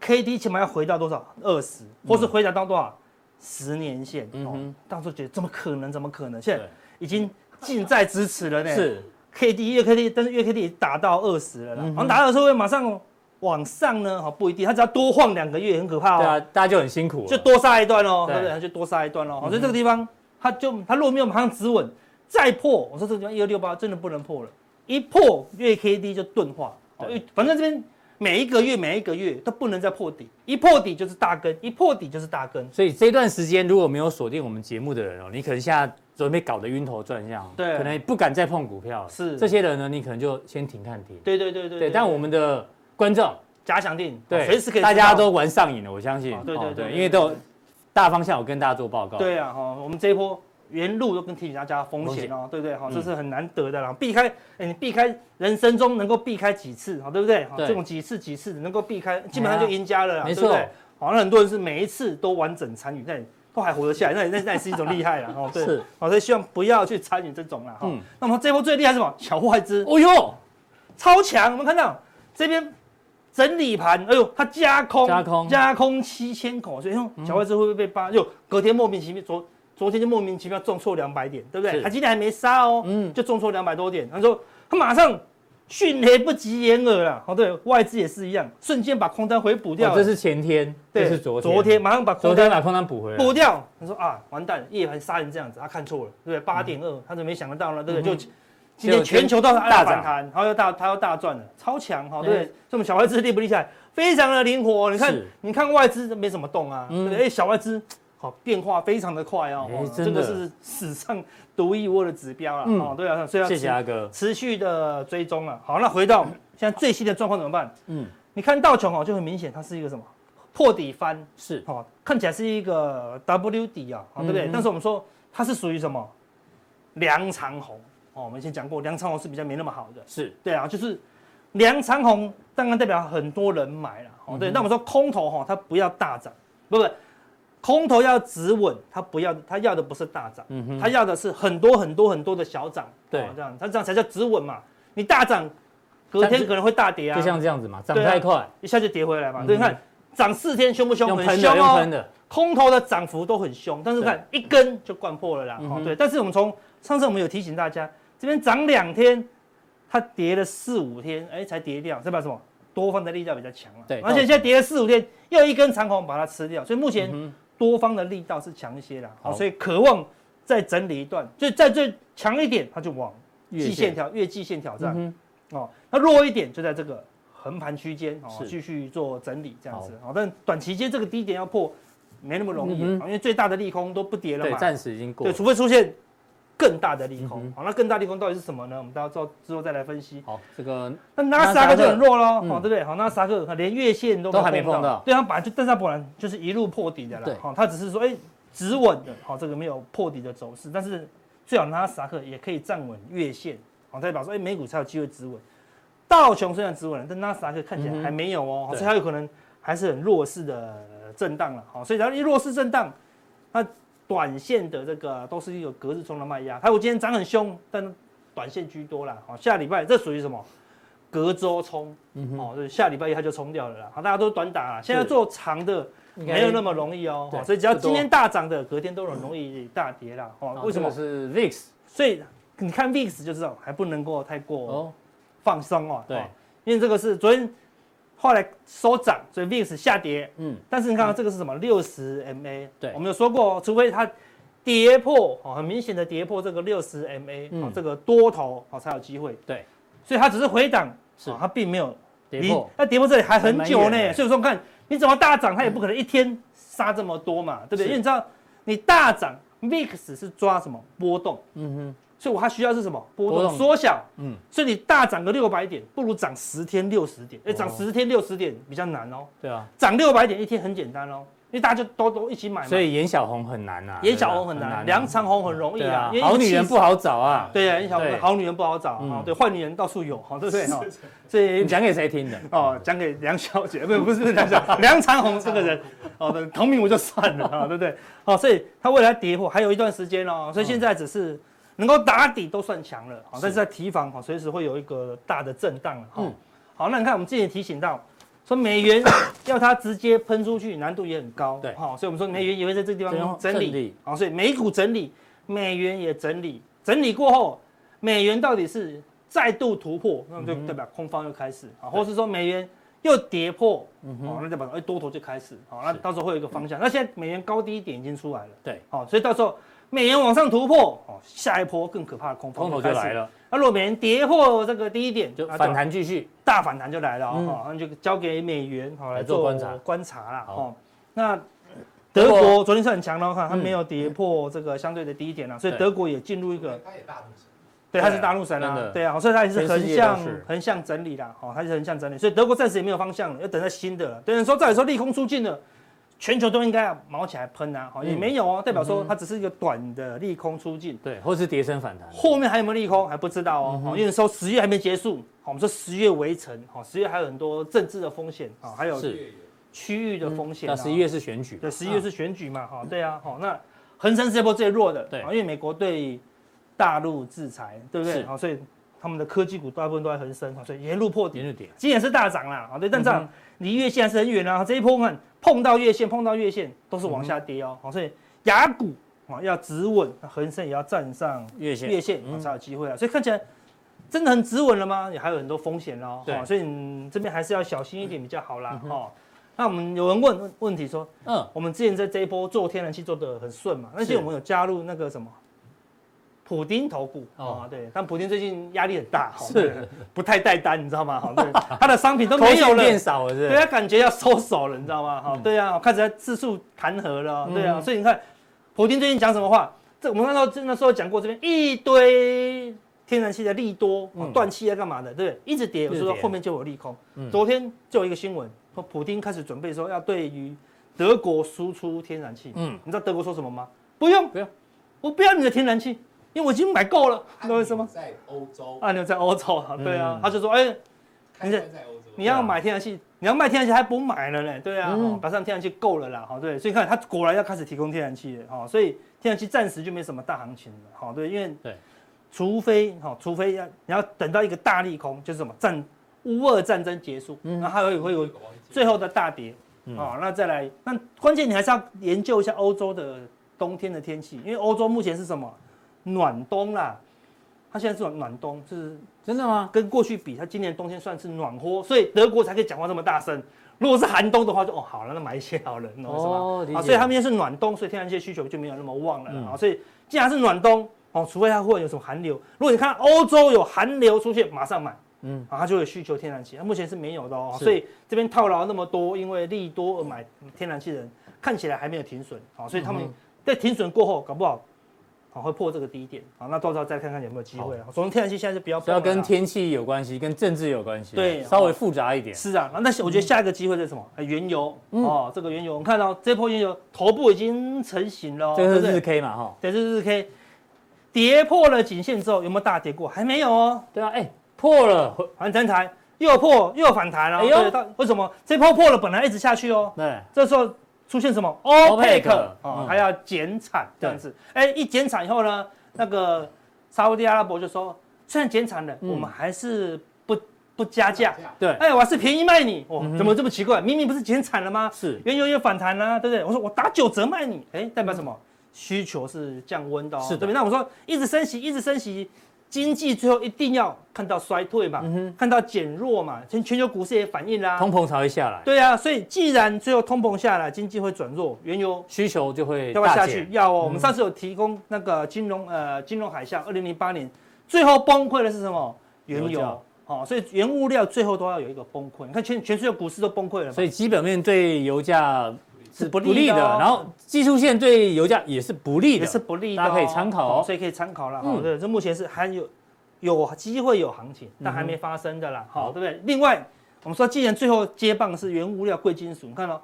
S1: ，K D 起码要回到多少？二十，或是回档到多少？十年线。
S2: 嗯
S1: 哦
S2: 哼，
S1: 当初觉得怎么可能？怎么可能？现在
S2: 对
S1: 已经近在咫尺了呢。
S2: 是嗯
S1: K D 月 K D，但是月 K D 打到二十了啦。然后打到的时候会马上往上呢？好，不一定，它只要多晃两个月，很可怕
S2: 对
S1: 哦。
S2: 啊，大家就很辛苦了，
S1: 就多杀一段哦，
S2: 对嗯
S1: 对不对？它就多杀一段哦。好所以这个地方，它就它若没有马上止稳，再破，我说这个地方一二六八真的不能破了，一破月 K D 就钝化，哦
S2: 对
S1: 反正这边每一个月每一个月都不能再破底，一破底就是大根，一破底就是大根。
S2: 所以这段时间如果没有锁定我们节目的人哦，你可能现在准备搞得晕头转向，哦
S1: 对
S2: 可能不敢再碰股票了。
S1: 是
S2: 这些人呢，你可能就先停看停。
S1: 对对对对
S2: 对，哦但我们的观众，
S1: 假想定，哦
S2: 对，
S1: 随时可以知道，
S2: 大家都玩上瘾了，我相信
S1: 啊。对对
S2: 哦
S1: 对对
S2: 因为都有大方向，我跟大家做报告。，
S1: 对啊，哈，我们这一波原路都跟提醒大家风险哦，对不对？
S2: 嗯
S1: 哈，这是很难得的啦，避开，哎，你避开人生中能够避开几次，好，对不对？哈，
S2: 对哎
S1: 这种几次几次能够避开，基本上就赢家了啦，
S2: 没
S1: 对不对
S2: 错？
S1: 好像很多人是每一次都完整参与，那你都还活得下来，那你那那也是一种厉害了，哦，对
S2: 是，
S1: 好，所以希望不要去参与这种了，哈
S2: 嗯。
S1: 那么这波最厉害是什么？小外资
S2: 哦哟，
S1: 超强，我们看到这边。整理盘，哎呦，它加空，
S2: 加空嗯
S1: 加空七千口，所以用小外资会不会被扒？就隔天莫名其妙，昨昨天就莫名其妙中错两百点，对不对？
S2: 是
S1: 它今天还没杀哦，
S2: 嗯
S1: 就中错两百多点。他说他马上迅雷不及掩耳啦，哦，对外资也是一样，瞬间把空单回补掉
S2: 哦
S1: 了，
S2: 这是前天，
S1: 对
S2: 这是昨天，
S1: 昨天马上把空
S2: 昨
S1: 单
S2: 天把空单补回来。
S1: 补掉。他说啊，完蛋了，夜盘杀成这样子，他啊看错了，对不对？八点二，他怎么没想得到呢？对不
S2: 嗯
S1: 对？就今天全球都
S2: 大
S1: 大反
S2: 涨
S1: 弹，然后又大，他又大赚了，超强哈，
S2: 嗯
S1: 对不对？所以我们小外资厉不厉害？非常的灵活，你看
S2: 是，
S1: 你看外资没怎么动啊，
S2: 嗯
S1: 对不对？哎，小外资。好，变化非常的快哦，
S2: 哎
S1: 哦
S2: 真
S1: 这
S2: 的
S1: 个是史上独一无二的指标了，
S2: 嗯
S1: 哦，对啊，所以要
S2: 谢谢
S1: 持
S2: 阿哥。
S1: 持续的追踪了。好，那回到现在最新的状况怎么办？
S2: 嗯，
S1: 你看道琼哦，就很明显它是一个什么破底翻，
S2: 是
S1: 哦，看起来是一个 W 底啊，哦对不对？
S2: 嗯嗯
S1: 但是我们说它是属于什么梁长虹哦，我们以前讲过梁长虹是比较没那么好的，
S2: 是，
S1: 对啊，就是梁长虹当然代表很多人买了，哦
S2: 嗯
S1: 对，那我们说空头哈、它不要大涨，不不，空头要止稳，它不要它要的不是大涨，
S2: 嗯哼，
S1: 它要的是很多很多很多的小涨，
S2: 对
S1: 哦这样它这样才叫止稳嘛，你大涨隔
S2: 但
S1: 天
S2: 是
S1: 可能会大跌啊，
S2: 就像这样子嘛，涨
S1: 对啊
S2: 太快，
S1: 一下就跌回来嘛。
S2: 嗯
S1: 对，你看涨四天凶不凶？
S2: 用
S1: 很
S2: 喷
S1: 凶
S2: 的，用喷
S1: 哦。
S2: 的，
S1: 空头的涨幅都很凶，但是看一根就灌破了啦。
S2: 嗯
S1: 哦
S2: 哼，
S1: 对。但是我们从上次我们有提醒大家，这边涨两天，它跌了四五天，哎，才跌掉，代表什么？多方的力道比较强了。
S2: 对
S1: 而且现在跌了四五天，又一根长虹把它吃掉，所以目前
S2: 嗯
S1: 多方的力道是强一些啦。
S2: 好
S1: 好，所以渴望再整理一段，就再最强一点，它就往
S2: 月
S1: 季线挑越季线挑战。
S2: 嗯
S1: 哦，那弱一点就在这个横盘区间哦
S2: 是，
S1: 继续做整理这样子。好、但短期间这个低点要破没那么容易、
S2: 嗯
S1: 啊因为最大的利空都不跌
S2: 哼
S1: 了
S2: 对，
S1: 嘛。
S2: 暂时已经过
S1: 对，
S2: 了。
S1: 除非出现更大的利
S2: 嗯
S1: 空。哦
S2: 哼
S1: 好，那更大利空到底是什么呢？我们到到之后再来分析。
S2: 好，这个
S1: 那纳斯达克就很弱喽，
S2: 嗯
S1: 好、对不对？好，纳斯达克连月线都
S2: 都还没碰到
S1: 对，它本来就，但是它本来就是一路破底的啦
S2: 对，
S1: 好、它只是说，哎、止稳的，好、这个没有破底的走势，但是最好纳斯达克也可以站稳月线，好、代表说，哎、美股才有机会止稳。道琼虽然止稳了，但纳斯达克看起来还没有哦，
S2: 嗯哼
S1: 所以它有可能还是很弱势的震荡了，好、所以只要一弱势震荡，那短线的这个都是有隔日冲的卖压，还有今天涨很凶，但短线居多啦，好、下礼拜这属于什么？隔周冲，
S2: 嗯
S1: 哦，对，下礼拜一它就冲掉了啦。好，大家都短打啦，现在做长的
S2: 应该
S1: 没有那么容易哦。
S2: 对
S1: 哦所以只要
S2: 不多
S1: 今天大涨的，隔天都很容易大跌啦。哦
S2: 好，
S1: 为什么
S2: 这？个是 VIX
S1: 所以你看 VIX 就知道，还不能够太过
S2: 哦，
S1: 放松哦。
S2: 对
S1: 哦，因为这个是昨天后来收涨，所以 VIX 下跌。
S2: 嗯，
S1: 但是你看到这个是什么？六十 MA。
S2: 对
S1: 我们有说过哦，除非它跌破哦，很明显的跌破这个六十 MA，哦
S2: 嗯，
S1: 这个多头哦才有机会。
S2: 对，
S1: 所以它只是回档，
S2: 是
S1: 哦它并没有
S2: 跌破
S1: 离，那跌破这里还很久
S2: 还蛮远
S1: 呢。
S2: 的
S1: 所以说，看你怎么大涨，它也不可能一天杀这么多嘛，对不对？
S2: 是
S1: 因为你知道，你大涨，VIX 是抓什么波动，
S2: 嗯哼，
S1: 所以我它需要是什么波
S2: 波
S1: 动
S2: 动
S1: 缩小。
S2: 嗯，
S1: 所以你大涨个六百点，不如涨十天六十点。哎，
S2: 哦
S1: 涨十天六十点比较难哦，
S2: 对啊，
S1: 涨六百点一天很简单哦。因为大家就都都一起买嘛。
S2: 所以演小红很难啊，
S1: 演小红很
S2: 对吧
S1: 难，梁长红很容易
S2: 对
S1: 啊
S2: 啊，
S1: 因，为
S2: 好女人
S1: 气
S2: 不好找啊，
S1: 对啊，演小
S2: 对
S1: 红好女人不好找
S2: 嗯
S1: 啊，对，坏女人到处有，哈，对不 对？哈，所以
S2: 你讲给 谁听的？
S1: 哦，讲给梁小姐，不是不是不是梁小姐，梁长虹这个人，哦，对同名我就算了啊、对不对？哦，所以他未来跌破还有一段时间哦，所以现在只是能够打底都算强了，好、但是在提防哦，随时会有一个大的震荡了哈、哦
S2: 嗯
S1: 好，那你看我们之前也提醒到，说美元 要它直接喷出去难度也很高，
S2: 对
S1: 好、所以我们说美元也会在这个地
S2: 这样
S1: 方整
S2: 整理
S1: 理，啊好、所以美股整理，美元也整理，整理过后，美元到底是再度突破，那
S2: 嗯
S1: 就代表空方又开始啊，或是说美元又跌破，
S2: 嗯
S1: 哦，那代表哎多头就开始，好，那到时候会有一个方向。那现在美元高低点已经出来了，
S2: 对，
S1: 好，所以到时候美元往上突破，哦，下一波更可怕的空方
S2: 空头就
S1: 开始
S2: 来。了，
S1: 那如果美元跌破这个低点，
S2: 就
S1: 那
S2: 反弹继续。
S1: 大反弹就来了哦
S2: 嗯
S1: 哦，那就交给美元好
S2: 来
S1: 来
S2: 做
S1: 做
S2: 观察
S1: 观察啦
S2: 好
S1: 哦。那
S2: 德
S1: 德
S2: 国
S1: 国昨天是很强的，看它
S2: 嗯
S1: 没有跌破这个相对的低点啊了，所以
S2: 对
S1: 德国也进入一个
S3: 他也大同
S1: 对，它是大陆神
S2: 真
S1: 啊
S2: 的，
S1: 对啊，所以它也是
S2: 全世
S1: 横
S2: 界
S1: 向
S2: 都是
S1: 横向整理啦，哦，它是横向整理，所以德国暂时也没有方向了，要等待新的了。等于说，照理说利空出尽了，全球都应该要毛起来喷啊，哦，也
S2: 嗯
S1: 没有哦，代表
S2: 嗯
S1: 说
S2: 哼
S1: 它只是一个短的利空出尽，
S2: 对，或是跌升反弹，
S1: 后面还有没有利空还不知道哦
S2: 嗯，哼
S1: 哦因为说十月还没结束，哦我们说十月围城，哦，十月还有很多政治的风险，哦，还有
S2: 是嗯
S3: 是
S1: 区域的风险
S2: 那
S1: 啊，
S2: 十一月啊是选举嘛，
S1: 对，十一月是选举嘛，哈、对啊，好、那恒生是这波最弱的，
S2: 对
S1: 啊因为美国对大陆制裁，对不对？
S2: 是
S1: 好、所以他们的科技股大部分都在恒生，好哦所以沿路破底，
S2: 连着跌，
S1: 今年是大涨啦，哦好、对，但这
S2: 嗯
S1: 样离月线还是很远啊，这一波看碰到月线，碰到月线都是
S2: 嗯
S1: 往下跌哦，好、所以雅股啊、要止稳，那恒生也要站上
S2: 月线
S1: 月线、
S2: 嗯
S1: 啊才有机会啊，所以看起来。真的很止稳了吗？也还有很多风险哦，
S2: 对
S1: 哦所以你这边还是要小心一点比较好啦，哦。那我们有人问问问题说，
S2: 嗯，
S1: 我们之前在这一波做天然气做的很顺嘛，而且我们有加入那个什么普丁投顾
S2: 哦
S1: 啊，对，但普丁最近压力很大，哈
S2: 是
S1: 对不太带单，你知道吗？好， 对，他的商品都没有
S2: 头线
S1: 了，
S2: 变少了，是不
S1: 对啊
S2: 是？
S1: 他感觉要收手了，你知道吗？哈
S2: 嗯，
S1: 对啊，开始在字数弹劾了哦，对啊，
S2: 嗯
S1: 所以你看普丁最近讲什么话？这我们那时候那时候讲过，这边一堆天然气的利多哦
S2: 嗯
S1: 断气要干嘛的，对不对？一直跌，我
S2: 一直
S1: 说
S2: 跌
S1: 后面就有利空
S2: 嗯。
S1: 昨天就有一个新闻，说普丁开始准备说要对于德国输出天然气。
S2: 嗯，
S1: 你知道德国说什么吗？不用，
S2: 不用，
S1: 我不要你的天然气，因为我已经买够了，你懂我意思吗？
S3: 在欧洲，
S1: 按钮在欧洲啊，对啊
S2: 嗯，
S1: 他就说，哎，
S3: 开关在欧
S2: 啊
S3: 洲，
S1: 你要买天然气，你要卖天然气还不买了呢？对啊，
S2: 嗯
S1: 哦马上天然气够了啦，好、哦对，所以看它果然要开始提供天然气了，好、所以天然气暂时就没什么大行情了，好、对，因为
S2: 对
S1: 除非好、除非要你要等到一个大利空，就是什么战乌俄战争结束，
S2: 嗯
S1: 然后还会会有最后的大跌，
S2: 嗯
S1: 哦，那再来，那关键你还是要研究一下欧洲的冬天的天气，因为欧洲目前是什么暖冬啦，它现在是暖暖冬，就是
S2: 真的吗？
S1: 跟过去比，它今年冬天算是暖和，所以德国才可以讲话这么大声。如果是寒冬的话就，哦好了，那买一些好了，你懂我意思吗？
S2: 哦理解
S1: 啊，所以他们现在是暖冬，所以天然气的需求就没有那么旺了、
S2: 嗯
S1: 啊。所以既然是暖冬，哦，除非它忽然有什么寒流，如果你看欧洲有寒流出现，马上买，
S2: 嗯
S1: 嗯，啊，它就有需求天然气，它目前是没有的哦。
S2: 是
S1: 所以这边套牢那么多，因为利多而买天然气的人，看起来还没有停损，啊，所以他们
S2: 嗯哼
S1: 在停损过后，搞不好。啊，会破这个低点啊，那到时候再看看有没有机会啊。总之，天然气现在是比较
S2: 这要跟天气有关系，跟政治有关
S1: 啊
S2: 系，啊
S1: 对哦
S2: 稍微复杂一点。
S1: 是啊，那但是
S2: 嗯
S1: 我觉得下一个机会是什么？哎原油、哦，这个原油，我们看到这波原油头部已经成型了哦，
S2: 这个
S1: 对
S2: 是
S1: 不
S2: 日
S1: 对
S2: K 嘛，哈，
S1: 对，这是日 K 跌破了颈线之后，有没有大跌过？还没有哦，
S2: 对啊，哎，破了，回
S1: 反弹台又破又反弹了、哦。
S2: 哎
S1: 哎
S2: 呦
S1: 呦，到为什么这波破了，本来一直下去哦，
S2: 对，
S1: 这时候出现什么
S2: OPEC
S1: OPEC
S2: 嗯
S1: 哦，还要减产这样子。哎，一减产以后呢，那个沙烏地阿拉伯就说，虽然减产了，
S2: 嗯
S1: 我们还是不不加价。
S2: 对，
S1: 哎，我还是便宜卖你，哇
S2: 嗯哼，
S1: 怎么这么奇怪？明明不是减产了吗？
S2: 是
S1: 原油也反弹啦、对不对？我说我打九折卖你，哎，代表什么？需求是降温的、哦，
S2: 是的
S1: 对不对？那我说一直升息，一直升息，经济最后一定要看到衰退嘛，
S2: 嗯哼
S1: 看到减弱嘛，全全球股市也反映啦、
S2: 通膨才会下来，
S1: 对啊，所以既然最后通膨下来，经济会转弱，原油
S2: 需求就会
S1: 要不要
S2: 大嗯
S1: 下去
S2: 减？。
S1: 要哦，我们上次有提供那个金融呃金融海啸，二零零八年最后崩溃的是什么？原
S2: 油价
S1: 油。哦，所以原物料最后都要有一个崩溃。你看全全世界股市都崩溃了嘛，
S2: 所以基本面对油价是
S1: 不
S2: 不
S1: 利的
S2: 利的，
S1: 哦
S2: 然后技术线对油价也是不利的，
S1: 也是不利的哦、
S2: 大家可以参考哦
S1: 所以可以参考了。
S2: 嗯
S1: 好、对，这目前是还有有机会有行情，
S2: 嗯
S1: 但还没发生的啦。好、对不对？另外，我们说既然最后接棒是原物料、贵金属，你看哦，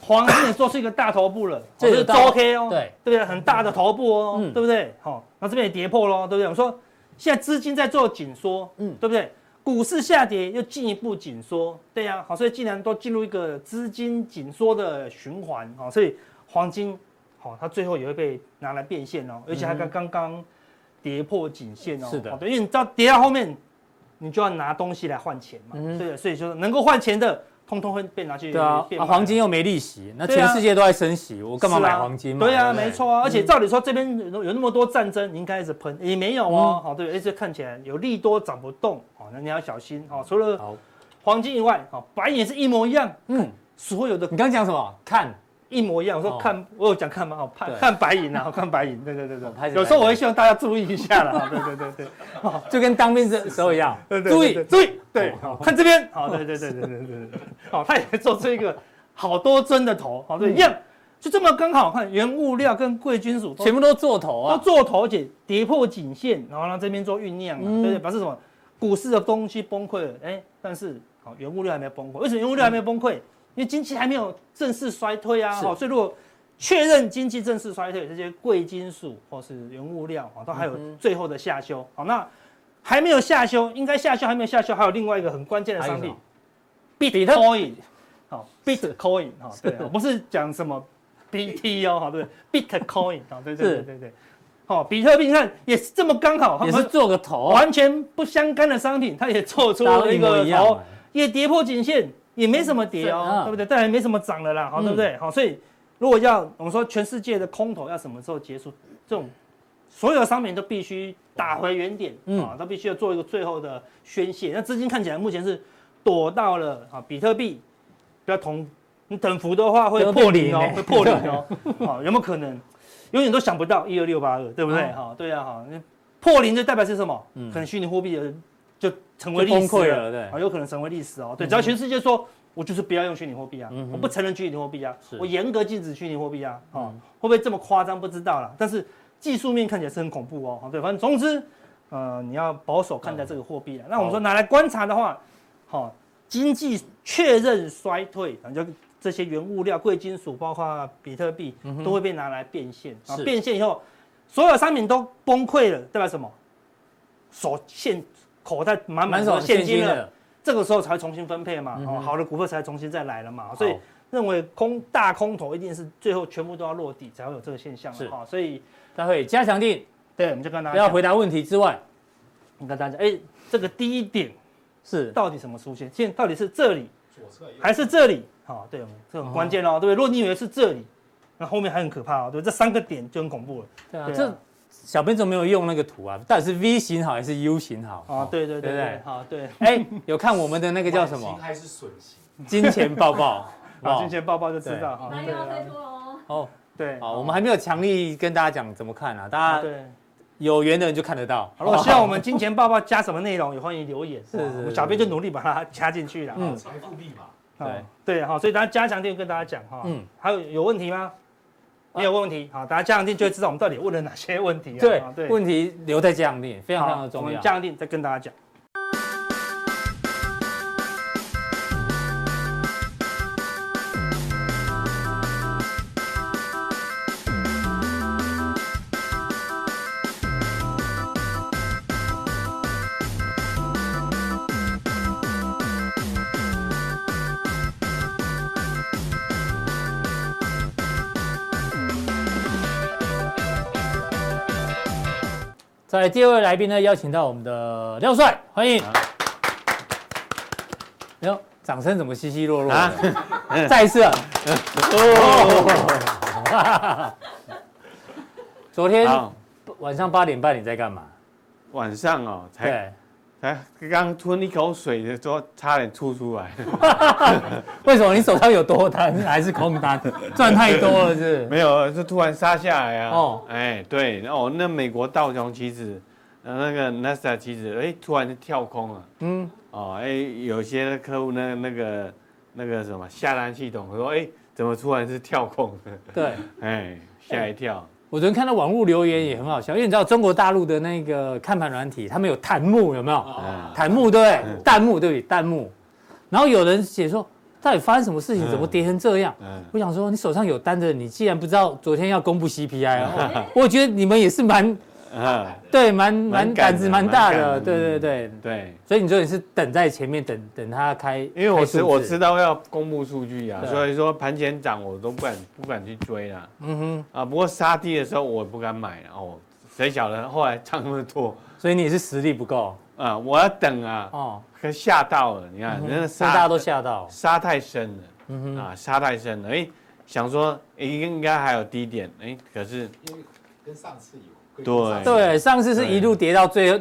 S1: 黄金也做出一个大头部了，
S2: 这
S1: 这
S2: 有
S1: 是
S2: 道
S1: 周
S2: 理
S1: K 哦，
S2: 对
S1: 对不对？很大的头部哦，
S2: 嗯
S1: 对不对？好、那这边也跌破喽，对不对？我说现在资金在做紧缩，
S2: 嗯
S1: 嗯，对不对？股市下跌又进一步紧缩，对呀、好，所以既然都进入一个资金紧缩的循环，好、所以黄金，好、它最后也会被拿来变现哦，而且它
S2: 嗯哼
S1: 刚刚刚跌破颈线哦，
S2: 是的
S1: 好对，因为你知道跌到后面，你就要拿东西来换钱嘛，
S2: 嗯哼
S1: 对，所以就是能够换钱的，通通会被拿去
S2: 对啊，
S1: 变
S2: 啊
S1: 卖
S2: 黄金又没利息，那
S1: 对
S2: 全
S1: 啊
S2: 世界都在升息，我干嘛
S1: 是啊
S2: 买黄金嘛？
S1: 对啊，
S2: 不嗯
S1: 没错啊，而且照理说这边有有那么多战争，你应该是喷，也没有哦，
S2: 嗯
S1: 好、对，而且看起来有利多涨不动，哦，那你要小心哦。除了
S2: 好，
S1: 黄金以外，哦，白银也是一模一样，
S2: 嗯，
S1: 所有的
S2: 你刚讲什么？看，
S1: 一模一样。我
S2: 哦
S1: 说看，我有讲看吗？哦，看
S2: 对
S1: 看白银啊，看白银，对对对
S2: 哦拍
S1: 对，
S2: 着
S1: 有时候我会希望大家注意一下啦， 哦对对对对
S2: 就跟当兵的时候一样，
S1: 对对对，
S2: 注
S1: 对
S2: 意，
S1: 注意，对，
S2: 哦
S1: 好看这边，好，对对对对对对对，好，他也做出一个好多针的头，好，
S2: 嗯
S1: 对，一样，就这么刚好看，原物料跟贵金属都
S2: 全部都做头
S1: 都
S2: 啊，
S1: 做头且跌破颈线，然后让这边做酝酿啊，
S2: 嗯
S1: 对不对？表示什么？股市的东西崩溃了，哎，但是好、原物料还没崩溃。为什么原物料还没崩溃？因为经济还没有正式衰退啊，
S2: 嗯是
S1: 好、所以如果确认经济正式衰退，这些贵金属或是原物料啊、都还有
S2: 嗯哼
S1: 最后的下修。好、那还没有下修，应该下修还没有下修，还有另外一个很关键的
S2: 还有
S1: 商
S2: 什
S1: 品
S2: 么
S1: ，Bitcoin，好，Bitcoin，好，对，啊我不是讲什么 BT 哦，好，对，Bitcoin，好，对对
S2: 是
S1: 对对对，好，比特币你看也是这么刚好，它
S2: 也是
S1: 完
S2: 做个头啊，
S1: 完全不相干的商品，它也做出
S2: 大家都
S1: 了
S2: 一
S1: 一
S2: 模
S1: 个哦
S2: 一样啊
S1: 头
S2: 嘛，，
S1: 也跌破颈线，也没什么跌
S2: 是啊嗯
S1: 哦，对不对？但也没什么涨了啦，哦好，对不对？好，所以如果要我们说全世界的空头要什么时候结束，这种所有的商品都必须打回原点，
S2: 嗯
S1: 啊，都必须要做一个最后的宣泄。那资金看起来目前是躲到了啊，比特币不要同你等幅的话会
S2: 都
S1: 破
S2: 变
S1: 零
S2: 零
S1: 哦
S2: 欸，
S1: 会破零 哦，好，有没有可能？永远都想不到一二六八二，对不对？
S2: 嗯
S1: 好，对啊，好，那破零就代表是什么
S2: 嗯？
S1: 可能虚拟货币的就成为
S2: 就
S1: 历
S2: 崩
S1: 史
S2: 溃了，对
S1: 啊，，有可能成为历史哦。对，只要全世界说，我就是不要用虚拟货币啊
S2: 嗯哼，
S1: 我不承认虚拟货币啊
S2: 是，
S1: 我严格禁止虚拟货币啊，哦
S2: 嗯，
S1: 会不会这么夸张不知道啦，但是技术面看起来是很恐怖哦。对，反正总之，呃，你要保守看待这个货币啊。那我们说拿来观察的话，好，经济确认衰退，然后就这些原物料、贵金属，包括比特币，都会被拿来变现啊
S2: 是。
S1: 变现以后，所有商品都崩溃了，代表什么？手现口袋满满
S2: 满
S1: 都
S2: 手
S1: 是现
S2: 现
S1: 金
S2: 金
S1: 了。
S2: 的，
S1: 这个时候才重新分配嘛，
S2: 嗯
S1: 哦，
S2: 哼
S1: 好的股票才重新再来了嘛，所以
S2: 好
S1: 认为空大空头一定是最后全部都要落地才会有这个现象
S2: 是
S1: 嘛，哈、所以
S2: 待会加强定，
S1: 对，我们就跟大
S2: 不
S1: 家
S2: 要
S1: 讲，
S2: 回答问题之外，
S1: 我们跟大家讲，哎，这个第一点
S2: 是
S1: 到底什么出现？现在到底是这里
S3: 左侧右
S1: 还是这里？好、对，我们这很关键哦，对不对？如果你以为是这里，那后面还很可怕哦，对，这三个点就很恐怖了
S2: 对啊，
S1: 对啊
S2: 这小编怎么没有用那个图啊？到底是 V 型好还是 U 型好？
S1: 啊，对对对
S2: 哦对不
S1: 对
S2: 对，？
S1: 好，对，
S2: 哎，有看我们的那个叫什
S3: 买型
S2: 么
S3: 还是损型？
S2: 金钱抱抱？好
S1: 好，
S2: 不好
S1: 金钱报报就知道，
S5: 你
S1: 哈
S5: 们
S1: 对
S5: 又要
S1: 啊
S5: 推脱了 哦。
S2: 哦，
S1: 对，
S2: 好，我们还没有强力跟大家讲怎么看啊，
S1: 啊
S2: 大家
S1: 对。
S2: 有缘的人就看得到。
S1: 好了，希望我们金钱报报加什么内容也欢迎留言，
S2: 是是
S1: 我们
S2: 是
S1: 小编就努力把它加进去了。
S2: 嗯
S1: 嗯，
S3: 财富密码，
S1: 对对哈，所以大家加强定跟大家讲哈，
S2: 嗯啊
S1: 嗯，还有有问题吗？没有问题，好，大家加强定就会知道我们到底问了哪些问题啊。
S2: 对
S1: 好，
S2: 问题留在降定，非常非常的
S1: 好我
S2: 重
S1: 们
S2: 要。
S1: 加强定再跟大家讲。
S2: 在第二位来宾呢，邀请到我们的廖帅，欢迎。
S4: 啊
S2: 哟，掌声怎么稀稀落落
S4: 啊哦
S2: 的？再一次啊。哦。 昨天
S4: 好，
S2: 晚上八点半你在干嘛？
S4: 晚上哦，才
S2: 对，
S4: 才刚吞一口水的时候，差点吐出来。
S2: 为什么你手上有多单还是空 单？赚太多了是不是？
S4: 没有，是突然杀下来啊。
S2: 哦
S4: 哦，哎，对，哦，那美国道琼期指，呃那个 n a s a 期指，哎，突然就跳空了。
S2: 嗯，
S4: 哦，哎，有些客户那那个那个什么下单系统说，哎，怎么突然是跳空的？
S2: 对。
S4: 哎，吓一跳。
S2: 我昨天看到网络留言也很好笑，因为你知道中国大陆的那个看盘软体，他们有弹幕有没有？
S3: 啊
S4: 哎
S2: 弹幕对不对
S4: 嗯
S2: 弹幕对不对？弹幕，然后有人写说到底发生什么事情，怎么跌成这样？
S4: 嗯，
S2: 我想说，你手上有单的，你既然不知道昨天要公布 CPI，哦 我觉得你们也是蛮
S4: 嗯，
S2: 对，蛮蛮
S4: 蛮敢的
S2: 胆子蛮大
S4: 蛮
S2: 的，
S4: 敢的嗯
S2: 对对对。
S4: 对，
S2: 所以你说你是等在前面，等等他开，
S4: 因为我
S2: 开
S4: 知
S2: 数
S4: 我
S2: 字
S4: 知，道要公布数据啊，
S2: 对
S4: 所以说盘前涨我都不敢不敢去追啦。
S2: 嗯
S4: 啊，不过杀低的时候我也不敢买啦哦，谁晓得后来涨那么多
S2: 哼，所以你也是实力不够
S4: 啊？我要等啊，
S2: 哦，嗯
S4: 可吓到了，你看，那个
S2: 所以大家
S4: 杀
S2: 都吓到，
S4: 杀太深了。
S2: 嗯哼，
S4: 啊，杀太深了，哎、想说、哎应该还有低点，哎、可是
S3: 因为跟上次有
S4: 对
S2: 对，上次是一路跌到最后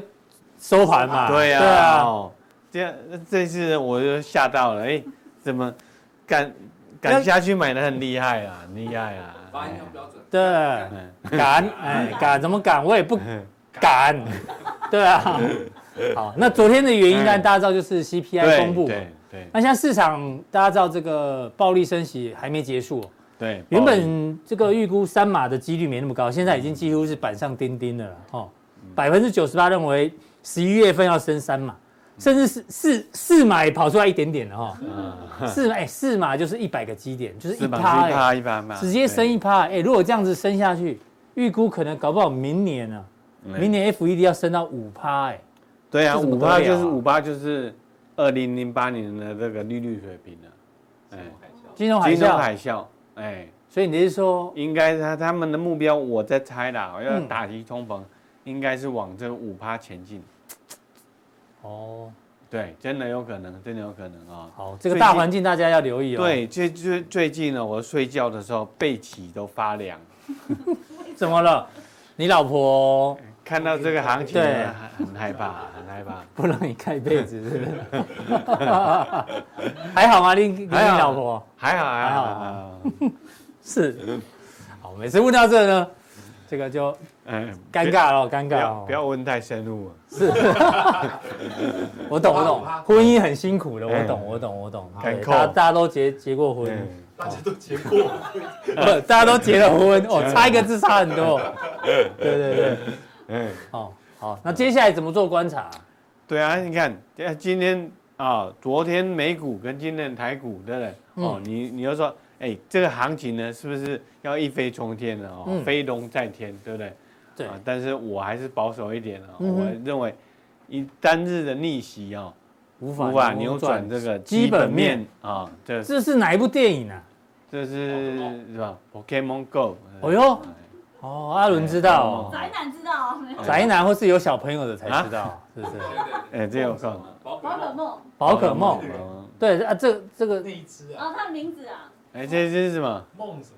S2: 收盘嘛，
S4: 对呀、
S2: 对啊，
S4: 哦，这样这次我就吓到了，哎、怎么敢
S2: 那
S4: 敢下去买的很厉害啊，很厉害啊，
S5: 发音要标准。
S2: 对，
S4: 嗯
S2: 敢，哎，敢怎么敢？我也不敢，对啊。好，那昨天的原因呢？
S4: 嗯
S2: 大家知道就是 CPI 公布嘛，哎
S4: 对对
S2: 那现在市场大家知道这个暴力升息还没结束哦、
S4: 对，
S2: 原
S4: 暴力
S2: 本这个预估三码的几率没那么高，现在已经几乎是板上钉钉的了哦。百分之九十八认为十一月份要升三码，甚至是四四码也跑出来一点点了哈、哦。 四码哎四码就是一百个基点，就是一
S4: 是吧
S2: 趴
S4: 嗯是一
S2: 哎，
S4: 趴一趴嘛，
S2: 直接升
S4: 对
S2: 一趴哎。如果这样子升下去，预估可能搞不好明年呢、啊，
S4: 嗯
S2: 明年 FED 要升到五趴哎。
S4: 对啊，
S2: 这怎么
S4: 五
S2: 得了啊
S4: 趴就是五趴就是二零零八年的这个利率水平了、哎、
S2: 金融海
S4: 金融
S2: 啸，
S4: 海啸，哎、
S2: 所以你是说
S4: 应该他他们的目标，我在猜啦，要
S2: 嗯
S4: 打击通膨，应该是往这五趴前进。
S2: 哦？
S4: 对，真的有可能，真的有可能啊、
S2: 好，这个
S4: 最近
S2: 大环境大家要留意哦。，
S4: 对，最最最近呢，我睡觉的时候背脊都发凉，
S2: 怎么了？你老婆
S4: 看到这个行情
S2: 对
S4: 呢，很很害怕，很害怕。
S2: 不让你盖被 子，是不是？还好吗？你你你
S4: 还好
S2: 老婆
S4: 还好还好
S2: 还好
S4: 还好，
S2: 是。好，每次问到这呢，这个就
S4: 哎，
S2: 尴尬了，尴
S4: 不
S2: 尬
S4: 要
S2: 了。
S4: 不要问太深入了。啊
S2: 我懂，我懂，婚姻很辛苦的，我懂，
S4: 嗯
S2: 我懂，我懂。
S4: 敢
S2: 对
S4: 扣
S2: 大家大家都结结过婚，
S4: 对，
S3: 大家都结过，
S2: 不大家都结了婚，
S4: 嗯
S2: 哦，差一个字差很多。对对对，
S4: 哎，
S2: 哦，好，那接下来怎么做观察？
S4: 对啊，你看，呃今天啊，昨天美股跟今天的台股，对不对？
S2: 嗯
S4: 哦，你你又说，哎，这个行情呢，是不是要一飞冲天了？哦
S2: 嗯，
S4: 飞龙在天，对不对？
S2: 对，
S4: 啊，但是我还是保守一点啊、
S2: 嗯哼
S4: 我认为以单日的逆袭啊、
S2: 无
S4: 无法扭转这个
S2: 基
S4: 基
S2: 本
S4: 本
S2: 面
S4: 面啊、这
S2: 这是哪一部电影啊？
S4: 这是是吧？Pokemon Go，呃
S2: 哎呦，哦，阿伦知道
S4: 嗯
S2: 哦。
S6: 宅男知道哦，
S2: 宅男或是有小朋友的才知道，
S4: 啊
S2: 是不是？
S5: 对对对，
S4: 哎、这有空，
S5: 宝
S6: 宝可
S5: 可梦
S6: 梦
S2: 宝可梦，
S4: 嗯
S2: 对啊，这这个
S3: 那一只啊，
S6: 哦，他的名字啊，
S4: 哎、这这是什么啊
S3: 梦什么？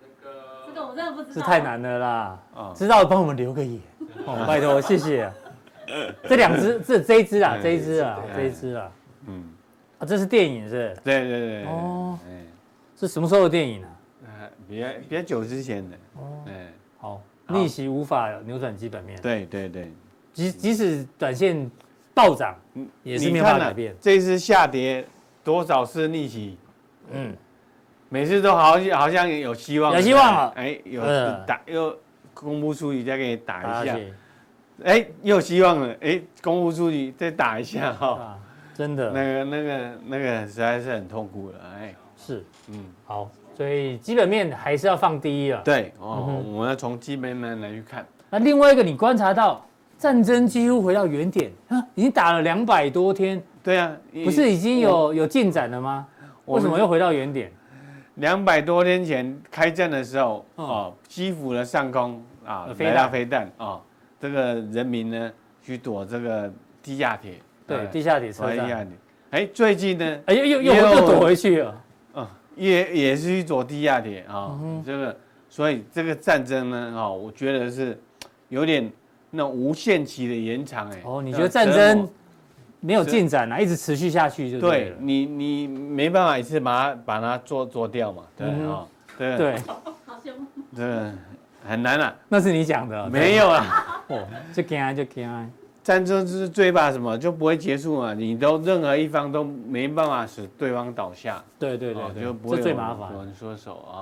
S5: 那
S6: 这个
S5: 个
S6: 我真的不知道，
S2: 是太，难了啦，、
S4: 哦
S2: 知道的帮我们留个 言，哦，拜托，谢谢。这两只，这这一只啊，
S4: 嗯
S2: 这一只啊，
S4: 嗯
S2: 这一只啊，
S4: 嗯，
S2: 啊，这是电影是
S4: 对对对对，
S2: 哦
S4: 哦，哎、
S2: 是什么时候的电影啊？
S4: 呃别别久之前的，
S2: 哦
S4: 哎、
S2: 好，
S4: 好
S2: 逆袭无法扭转基本面，
S4: 对对对，
S2: 即即使短线暴涨，也是没有办
S4: 看
S2: 法
S4: 啊
S2: 改变。
S4: 这一次下跌多少是逆袭？
S2: 嗯，
S4: 每次都好像好像有希望，
S2: 有希望了
S4: 哎，有
S2: 嗯啊
S4: 打又公布数据再给你打一
S2: 大
S4: 下
S2: 家，去
S4: 哎，又有希望了，哎，公布数据再打一下哈，
S2: 啊，真
S4: 那
S2: 的
S4: 个那个那个实在是很痛苦了，哎，
S2: 是
S4: 嗯，
S2: 好，所以基本面还是要放第一啊。
S4: 对
S2: 嗯
S4: 哦，
S2: 哼
S4: 我们要从基本面来去看，
S2: 那另外一个，你观察到战争几乎回到原点啊，已经打了两百多天，
S4: 对啊，
S2: 不是已经有有进展了吗？为什么又回到原点？
S4: 两百多天前开战的时候，
S2: 嗯
S4: 哦，基辅的上空啊
S2: 呃，飞
S4: 来
S2: 弹嗯
S4: 到飞弹啊，这个人民呢去躲这个地下铁，
S2: 对，
S4: 哎
S2: 地下铁车
S4: 躲地下
S2: 站，
S4: 铁，哎，最近呢。
S2: 哎，又又又又躲回去了。
S4: 嗯，也也是去走地下铁啊
S2: 嗯哼，
S4: 这个，所以这个战争呢，啊，我觉得是有点那种无限期的延长，哎。
S2: 哦，你
S4: 那
S2: 觉得战
S4: 折
S2: 争
S4: 磨
S2: 没有进展啊，一直持续下去就对
S4: 对
S2: 了。
S4: 你，你没办法一次把它把它做做掉嘛，对
S2: 嗯哼
S4: 啊，对
S2: 对，
S6: 好羡慕，
S4: 这个很难啊，
S2: 那是你讲的。
S4: 没有啊，
S2: 对，哦，就给就给啊，
S4: 战争就是最怕什么，就不会结束嘛，你都任何一方都没办法使对方倒下，
S2: 对对
S4: 哦
S2: 对
S4: 就
S2: 对
S4: 不，会
S2: 这最
S4: 有
S2: 麻烦
S4: 有。人缩手啊，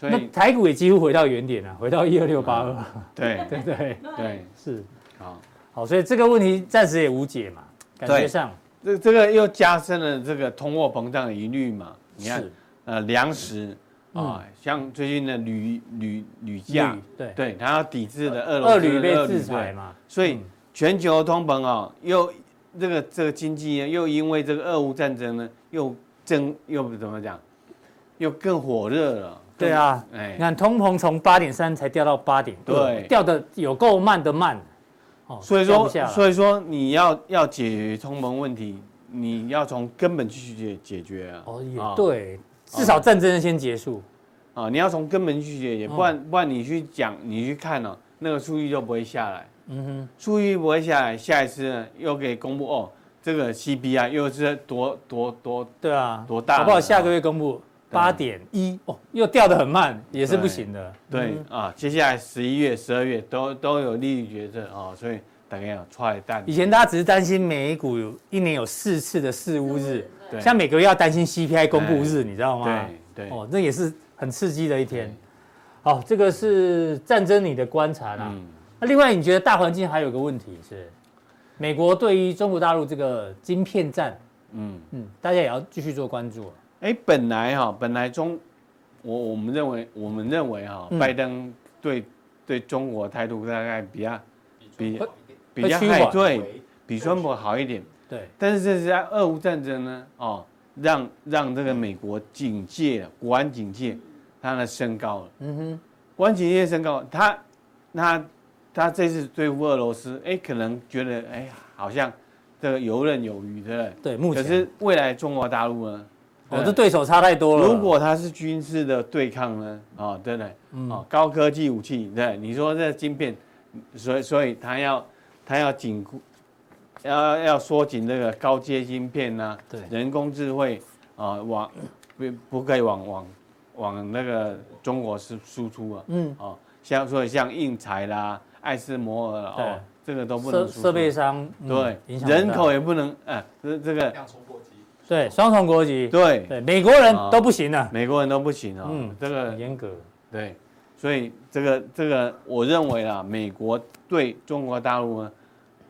S4: 所
S2: 那
S4: 以嗯
S2: 台股也几乎回到原点了，啊回到一二六八二，
S4: 对
S2: 对对
S4: 对
S2: 是。
S4: 好。
S2: 好，所以这个问题暂时也无解嘛，感觉
S4: 对
S2: 上
S4: 这这个又加深了这个通货膨胀的疑虑嘛。你看
S2: 是，嗯
S4: 呃，粮食啊，像最近的铝铝铝价
S2: 绿，对，
S4: 对，它要抵制的俄罗斯
S2: 二铝被
S4: 的
S2: 制
S4: 对
S2: 裁嘛，
S4: 所以
S2: 嗯
S4: 全球通膨哦，又这个这个经济呢，又因为这个俄乌战争呢，又增又怎么讲，又更火热了。
S2: 对啊，
S4: 更，哎
S2: 你，看通膨从八点三才掉到八点，
S4: 对
S2: 掉的有够慢的慢，哦
S4: 所以
S2: 掉
S4: 说
S2: 不下来
S4: 所以说你要要解决通膨问题，你要从根本去解解决啊。
S2: 哦
S4: 啊
S2: 也对，至少战争先结束，
S4: 啊，你要从根本去
S2: 嗯
S4: 解决，不然不然你去讲你去看哦，那个数据就不会下来。
S2: 嗯哼，
S4: 数据不会下来，下一次呢又给公布哦，这个 CPI 又是多多多
S2: 对啊，
S4: 多大了
S2: 好不好？下个月公布
S4: 对啊
S2: 八点一，哦，又掉的很慢，也是不
S4: 对
S2: 行的，
S4: 对、啊，接下来十一月、十二月都都有利率决策啊、哦，所以大家要踹蛋。
S2: 以前大家只是担心美股有一年有四次的四乌日，
S4: 对
S2: 像每个月要担心 CPI 公布日，你知道吗？
S4: 对对、
S2: 哦，那也是很刺激的一天。好，这个是战争你的观察啦。
S4: 嗯，
S2: 那另外，你觉得大环境还有个问题是，美国对于中国大陆这个晶片战，
S4: 嗯，
S2: 嗯，大家也要继续做关注。啊
S4: 哎，本来哈、本来中，我我们认为我们认为哈、
S2: 嗯
S4: 拜登对对中国态度大概比较比
S3: 中国一定
S4: 比较
S2: 会趋缓
S4: 害对，
S3: 为
S4: 比川普好一点。
S2: 对，
S4: 但是这是在俄乌战争呢，哦，让让这个美国警戒了国安警戒，它的升高了。
S2: 嗯哼，
S4: 国安警戒升高，他他他这次对付俄罗斯，哎，可能觉得哎，好像这个游刃有余，对不对？
S2: 对，目
S4: 可
S2: 前哦
S4: 是未来中国大陆呢？
S2: 我的对手差太多了。
S4: 如果它是军事的对抗呢？哦，对不对？
S2: 嗯
S4: 哦，高科技武器，对，你说这晶片，所以所以它要它要紧固，要要缩紧这个高阶晶片呐、
S2: 对
S4: 人工智慧啊、往不不可以往往往那个中国输输出啊，
S2: 嗯，
S4: 哦，像所以像硬材啦、爱斯摩尔啦
S2: 对
S4: 哦，这个都不能
S2: 设
S4: 输出
S2: 设备商嗯
S4: 对
S2: 影响很大
S4: 人口也不能，呃，这这个
S3: 量冲过激，
S2: 对双重国籍，
S4: 对
S2: 对美国人
S4: 啊
S2: 都不行了，
S4: 美国人都不行哦，
S2: 嗯
S4: 这个
S2: 很严格。
S4: 对，所以这个这个，我认为啊，美国对中国大陆呢，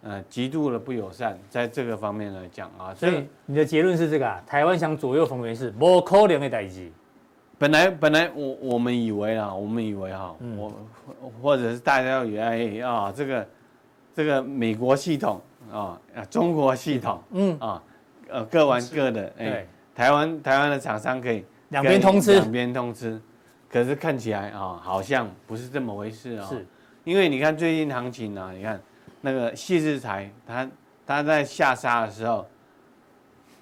S4: 呃，极度的不友善，在这个方面来讲啊，
S2: 所
S4: 所以
S2: 以你的结论是这个啊，台湾想左右逢源是不可能的代志。
S4: 本来本来我我们以为啊，我们以为哈、
S2: 嗯
S4: 我或者是大家以为哎啊，这个这个美国系统啊，啊中国系统
S2: 嗯，
S4: 啊，呃，各玩各的，哎
S2: 对，，
S4: 台湾台湾的厂商可以
S2: 两边通
S4: 可以
S2: 吃
S4: 两边通吃，可是看起来啊、好像不是这么回事啊、
S2: 是
S4: 因为你看最近行情啊，你看那个谢志才，他他在下杀的时候，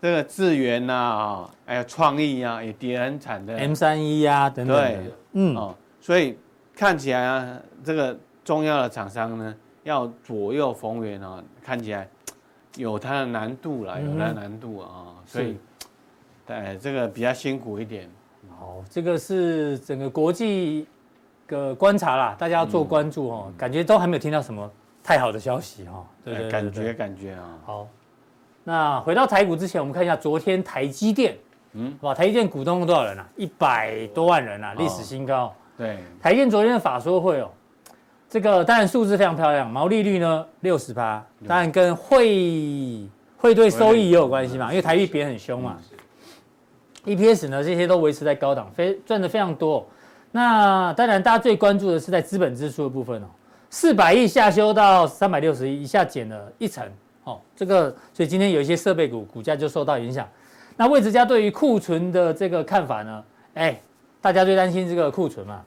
S4: 这个智源呐啊，还有创意啊，也跌很惨的。
S2: M 三一啊等等
S4: 对
S2: 的。，嗯，
S4: 哦，所以看起来啊，这个重要的厂商呢，要左右逢源啊，看起来有它的难度啦，有它的
S2: 嗯哼
S4: 难度啊，
S2: 是
S4: 所以，哎，这个比较辛苦一点。
S2: 好，这个是整个国际个观察啦，大家要做关注哦。感觉都还没有听到什么太好的消息哈、哦。对
S4: 哎
S2: 对对
S4: 感
S2: 对
S4: 觉感觉啊，
S2: 好，那回到台股之前，我们看一下昨天台积电，
S4: 嗯
S2: 嗯，好吧，台积电股东有多少人啊？一百多万人啊，历史新高。
S4: 对，
S2: 台积电昨天的法说会哦，这个当然数字非常漂亮，毛利率呢六十趴，当然跟汇汇兑收益也有关系嘛，因为台币贬很凶嘛。EPS ，E 呢这些都维持在高档，非赚的非常多哦、那当然大家最关注的是在资本支出的部分哦，四百亿下修到三百六十亿，一下减了一成哦。这个所以今天有一些设备股股价就受到影响。那魏哲家对于库存的这个看法呢？哎，大家最担心这个库存嘛，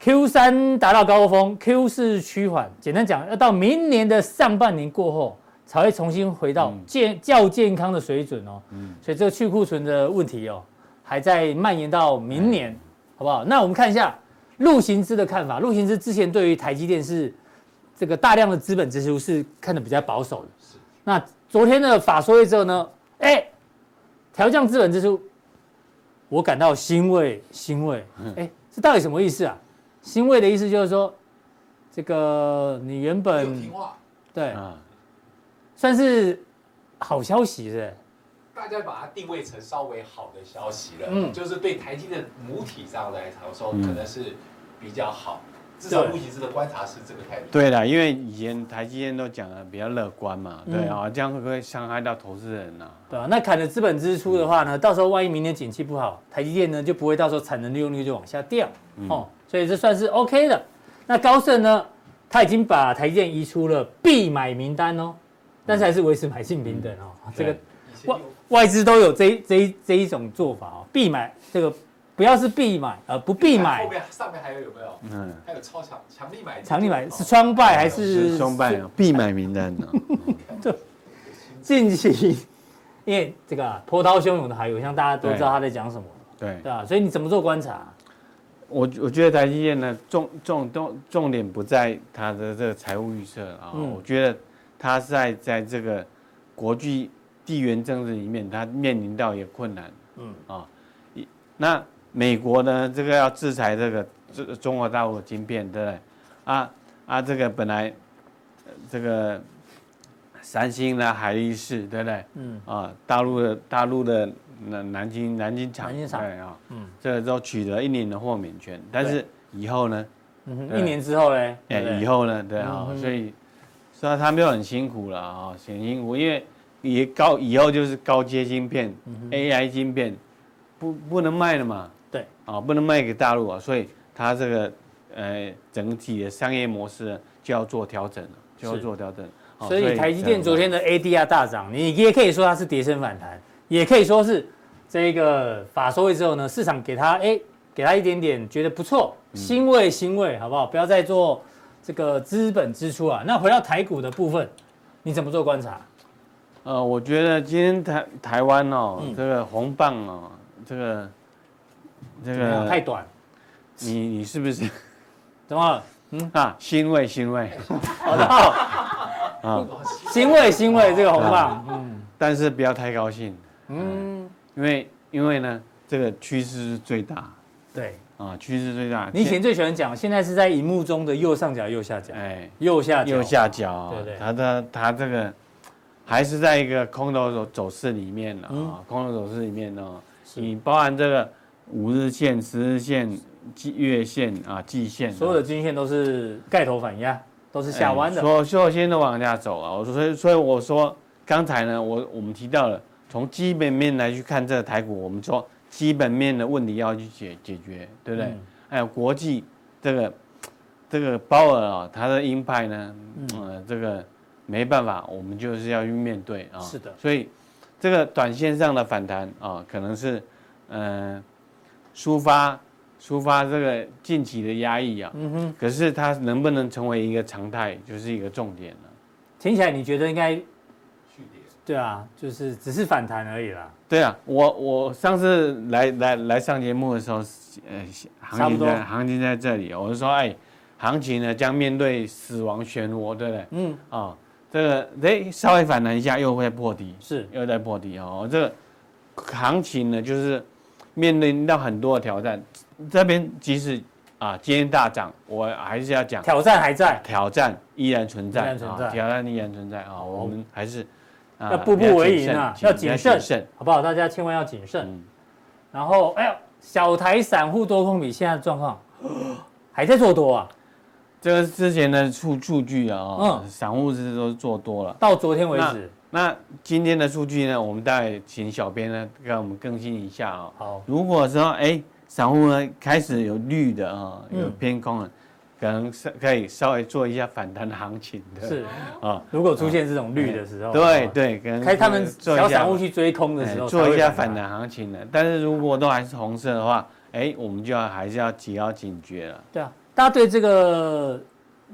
S2: Q 三达到高峰，Q 四趋缓。简单讲，要到明年的上半年过后，才会重新回到健、较健康的水准哦。所以这个去库存的问题哦，还在蔓延到明年，好不好？那我们看一下陆行之的看法。陆行之之前对于台积电是这个大量的资本支出是看的比较保守的。那昨天的法说会之后呢，哎，调降资本支出，我感到欣慰，欣慰。哎，这到底什么意思啊？欣慰的意思就是说，这个你原
S3: 有
S2: 本
S3: 听话，
S2: 对
S4: 啊，
S2: 算是好消息是不是
S3: 大家把它定位成稍微好的消息了，
S2: 嗯
S3: 就是对台积电母体上来说，可能是比较好。至少目前是的观察是这个态度。
S4: 对了，因为以前台积电都讲的比较乐观嘛，对
S2: 嗯
S4: 啊、这样会不会伤害到投资人啊呐、
S2: 对啊吧、那砍了资本支出的话呢，到时候万一明年景气不好，台积电呢就不会到时候产能利用率就往下掉、
S4: 嗯
S2: 哦，所以这算是 OK 的。那高盛呢，他已经把台积电移出了必买名单哦，但是还是维持买进平等哦。这个
S4: 嗯对
S3: 以前
S2: 外
S3: 有
S2: 外资都有这一这一这一种做法哦，必买这个不要是必买，呃不必买
S3: 后，面上面还有有没有？
S4: 嗯，
S3: 还有超强强力买进，
S2: 强力买是双败还是
S4: 哦是松败啊，必买名单呢、
S2: 近期， 因为这个啊波涛汹涌的海涌，像大家都知道
S4: 对
S2: 他在讲什么，
S4: 对
S2: 对，啊吧？所以你怎么做观察？
S4: 我我觉得台积电呢，重重重重点不在它的这个财务预测啊，
S2: 嗯
S4: 我觉得它是在在这个国际地缘政治里面，它面临到一个困难，嗯啊，一那美国呢，这个要制裁这个中中国大陆的晶片，对不对？啊啊，这个本来呃这个三星呢，海力士，对不对？
S2: 嗯
S4: 啊，大陆的大陆的南南京南京厂，
S2: 南京厂
S4: 对啊，
S2: 嗯
S4: 嗯，这个都取得一年的豁免权，但是以后呢，
S2: 嗯哼，
S4: 对
S2: 一年之后嘞，对不
S4: 哎，
S2: 对
S4: 以后呢，对啊
S2: 嗯，哼
S4: 所以虽然他们又很辛苦了啊，很辛苦，因为也高以后就是高阶晶片、AI
S2: 嗯
S4: 晶片，不不能卖了嘛，
S2: 对，
S4: 啊，不能卖给大陆啊，所以它这个呃整体的商业模式呢就要做调整了，就要
S2: 是
S4: 做调整。啊
S2: 所以台积电昨天的 ADR 大涨，你也可以说它是跌升反弹，也可以说是这个法收会之后呢，市场给它哎给它一点点觉得不错，
S4: 嗯
S2: 欣慰欣慰，好不好？不要再做这个资本支出啊。那回到台股的部分，你怎么做观察？
S4: 呃，我觉得今天台台湾哦，
S2: 嗯
S4: 这个红棒哦，这个这
S2: 怎么样太
S4: 个，
S2: 短，
S4: 你你是不是
S2: 怎么了？
S4: 啊？欣慰欣慰，
S2: 好的，好
S3: 哦
S4: 啊，
S2: 欣慰欣慰，这个红棒，嗯
S4: 但是不要太高兴，
S2: 嗯，
S4: 因为因为呢，这个趋势是最大
S2: 对
S4: 啊，趋势最大。
S2: 你以前最喜欢讲，现在是在荧幕中的右上角、右下角、
S4: 哎，
S2: 右下角、
S4: 右下角啊
S2: 对不对，
S4: 它的它这个还是在一个空头走走势里面呢
S2: 嗯
S4: 啊，空头走势里面呢，
S2: 是
S4: 你包含这个五日线、十日线、季月线啊、季线啊，
S2: 所有的均线都是盖头反压，都是下弯的。
S4: 哎所有所有线都往下走啊。我说，所以所以我说刚才呢，我我们提到了从基本面来去看这个台股，我们说基本面的问题要去解解决，对不对？
S2: 嗯
S4: 还有哎国际这个这个鲍尔啊，他的鹰派呢，
S2: 嗯
S4: 呃，这个没办法，我们就是要去面对啊。
S2: 是的
S4: 所以这个短线上的反弹啊，可能是嗯、呃抒发抒发这个近期的压抑啊。
S2: 嗯哼，
S4: 可是它能不能成为一个常态，就是一个重点了。
S2: 听起来你觉得应该
S3: 续跌，
S2: 对啊，就是只是反弹而已啦。
S4: 对啊，我我上次来来来上节目的时候，呃，
S2: 差不
S4: 行情
S2: 多
S4: 在行情在这里，我是说，哎，行情呢将面对死亡漩涡，对不对？啊、
S2: 嗯，
S4: 这个哎稍微反弹一下又会破底，
S2: 是
S4: 又在破底哦。这个行情呢，就是面临到很多的挑战。这边即使啊今天大涨，我还是要讲。
S2: 挑战还在，
S4: 挑战依然存在，
S2: 依然存在
S4: 啊挑战依然存在啊！我们还是啊
S2: 要步步为营啊，要谨慎，
S4: 慎。
S2: 好不好？大家千万要谨慎。
S4: 嗯
S2: 然后，哎呦，小台散户多空比现在的状 况还在做多啊，
S4: 这个之前的数数据啊，哦
S2: 嗯
S4: 散户是都做多了。
S2: 到昨天为止，
S4: 那今天的数据呢，我们待请小编呢给我们更新一下啊。
S2: 好，
S4: 如果说哎，散户呢开始有绿的啊，有
S2: 嗯
S4: 偏空了，可能是可以稍微做一下反弹行情的。
S2: 是
S4: 啊，
S2: 如果出现这种绿的时候，
S4: 哎对
S2: 啊，
S4: 对，可能
S2: 开他们
S4: 做一
S2: 小
S4: 下
S2: 散户去追空的时候
S4: 哎
S2: 才会，
S4: 做一下反弹行情的。但是如果都还是红色的话，哎，我们就要还是要提高警觉了。
S2: 对啊，大家对这个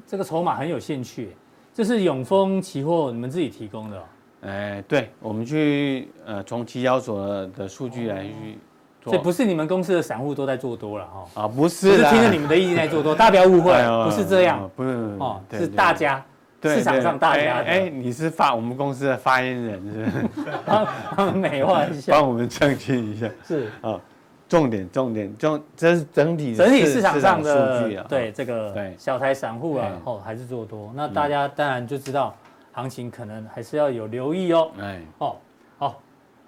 S2: 这个筹码很有兴趣，这是永丰期货你们自己提供的哦、
S4: 哎，对，我们去呃从期交所的的数据来去做，
S2: 所以不是你们公司的散户都在做多了哈、哦，
S4: 啊不
S2: 不
S4: 啊是
S2: 是
S4: 啦
S2: 听着你们的意见在做多，大家不要误会
S4: 哎，呦
S2: 不是这样，
S4: 不是不是
S2: 哦，
S4: 对
S2: 是
S4: 对
S2: 大家
S4: 对
S2: 市场
S4: 对
S2: 上大
S4: 哎
S2: 家
S4: 哎，
S2: 的，
S4: 你是发我们公司的发言人是不是？
S2: 他们美化一下，
S4: 帮我们澄清一下
S2: 是
S4: 啊。重点重点重，这是整体
S2: 整体市场上
S4: 数据
S2: 的
S4: 啊，
S2: 对这个
S4: 对
S2: 小台散户啊
S4: 哎，嗯
S2: 哦还是做多，那大家当然就知道行情可能还是要有留意哦。
S4: 哎
S2: 哦，好，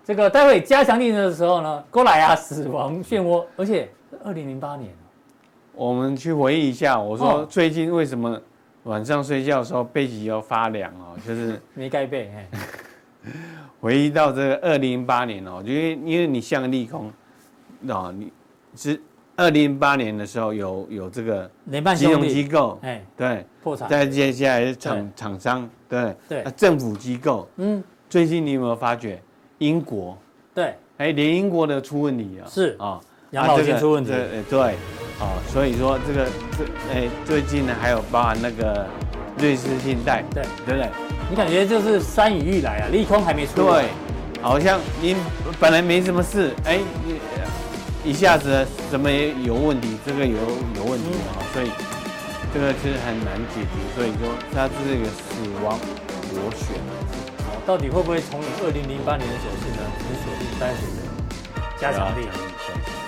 S2: 这个待会 加强力的时候呢，过来啊，死亡漩涡，而且二零零八年，
S4: 我们去回忆一下，我说
S2: 哦
S4: 最近为什么晚上睡觉的时候背脊要发凉哦，就是
S2: 没盖被，嘿
S4: 回忆到这个二零零八年哦，因为因为你像利空，哦，你是二零零八年的时候有有这个
S2: 联办
S4: 金
S2: 兄
S4: 融机
S2: 弟，
S4: 构，
S2: 哎，
S4: 对，
S2: 破产，
S4: 再接下来是厂厂商，对，
S2: 对
S4: 啊政府机构，
S2: 嗯，
S4: 最近你有没有发觉英国？
S2: 对，
S4: 哎，连英国的出问题啊，
S2: 是
S4: 啊，
S2: 养
S4: 啊
S2: 老
S4: 这
S2: 金
S4: 个
S2: 出问题
S4: 这呃对，哦，所以说这个这哎最近呢还有包含那个瑞士信贷，
S2: 对
S4: 对不对？
S2: 你感觉就是山雨欲来啊，利空还没出，
S4: 对，，好像你本来没什么事，哎，你呃一下子怎么也有问题，这个有有问题啊、哦，所以这个是很难解决，所以说它是这个死亡螺旋。啊
S2: 到底会不会从你二零零八年的走势呢？只锁定单纯的加强力？啊
S4: 对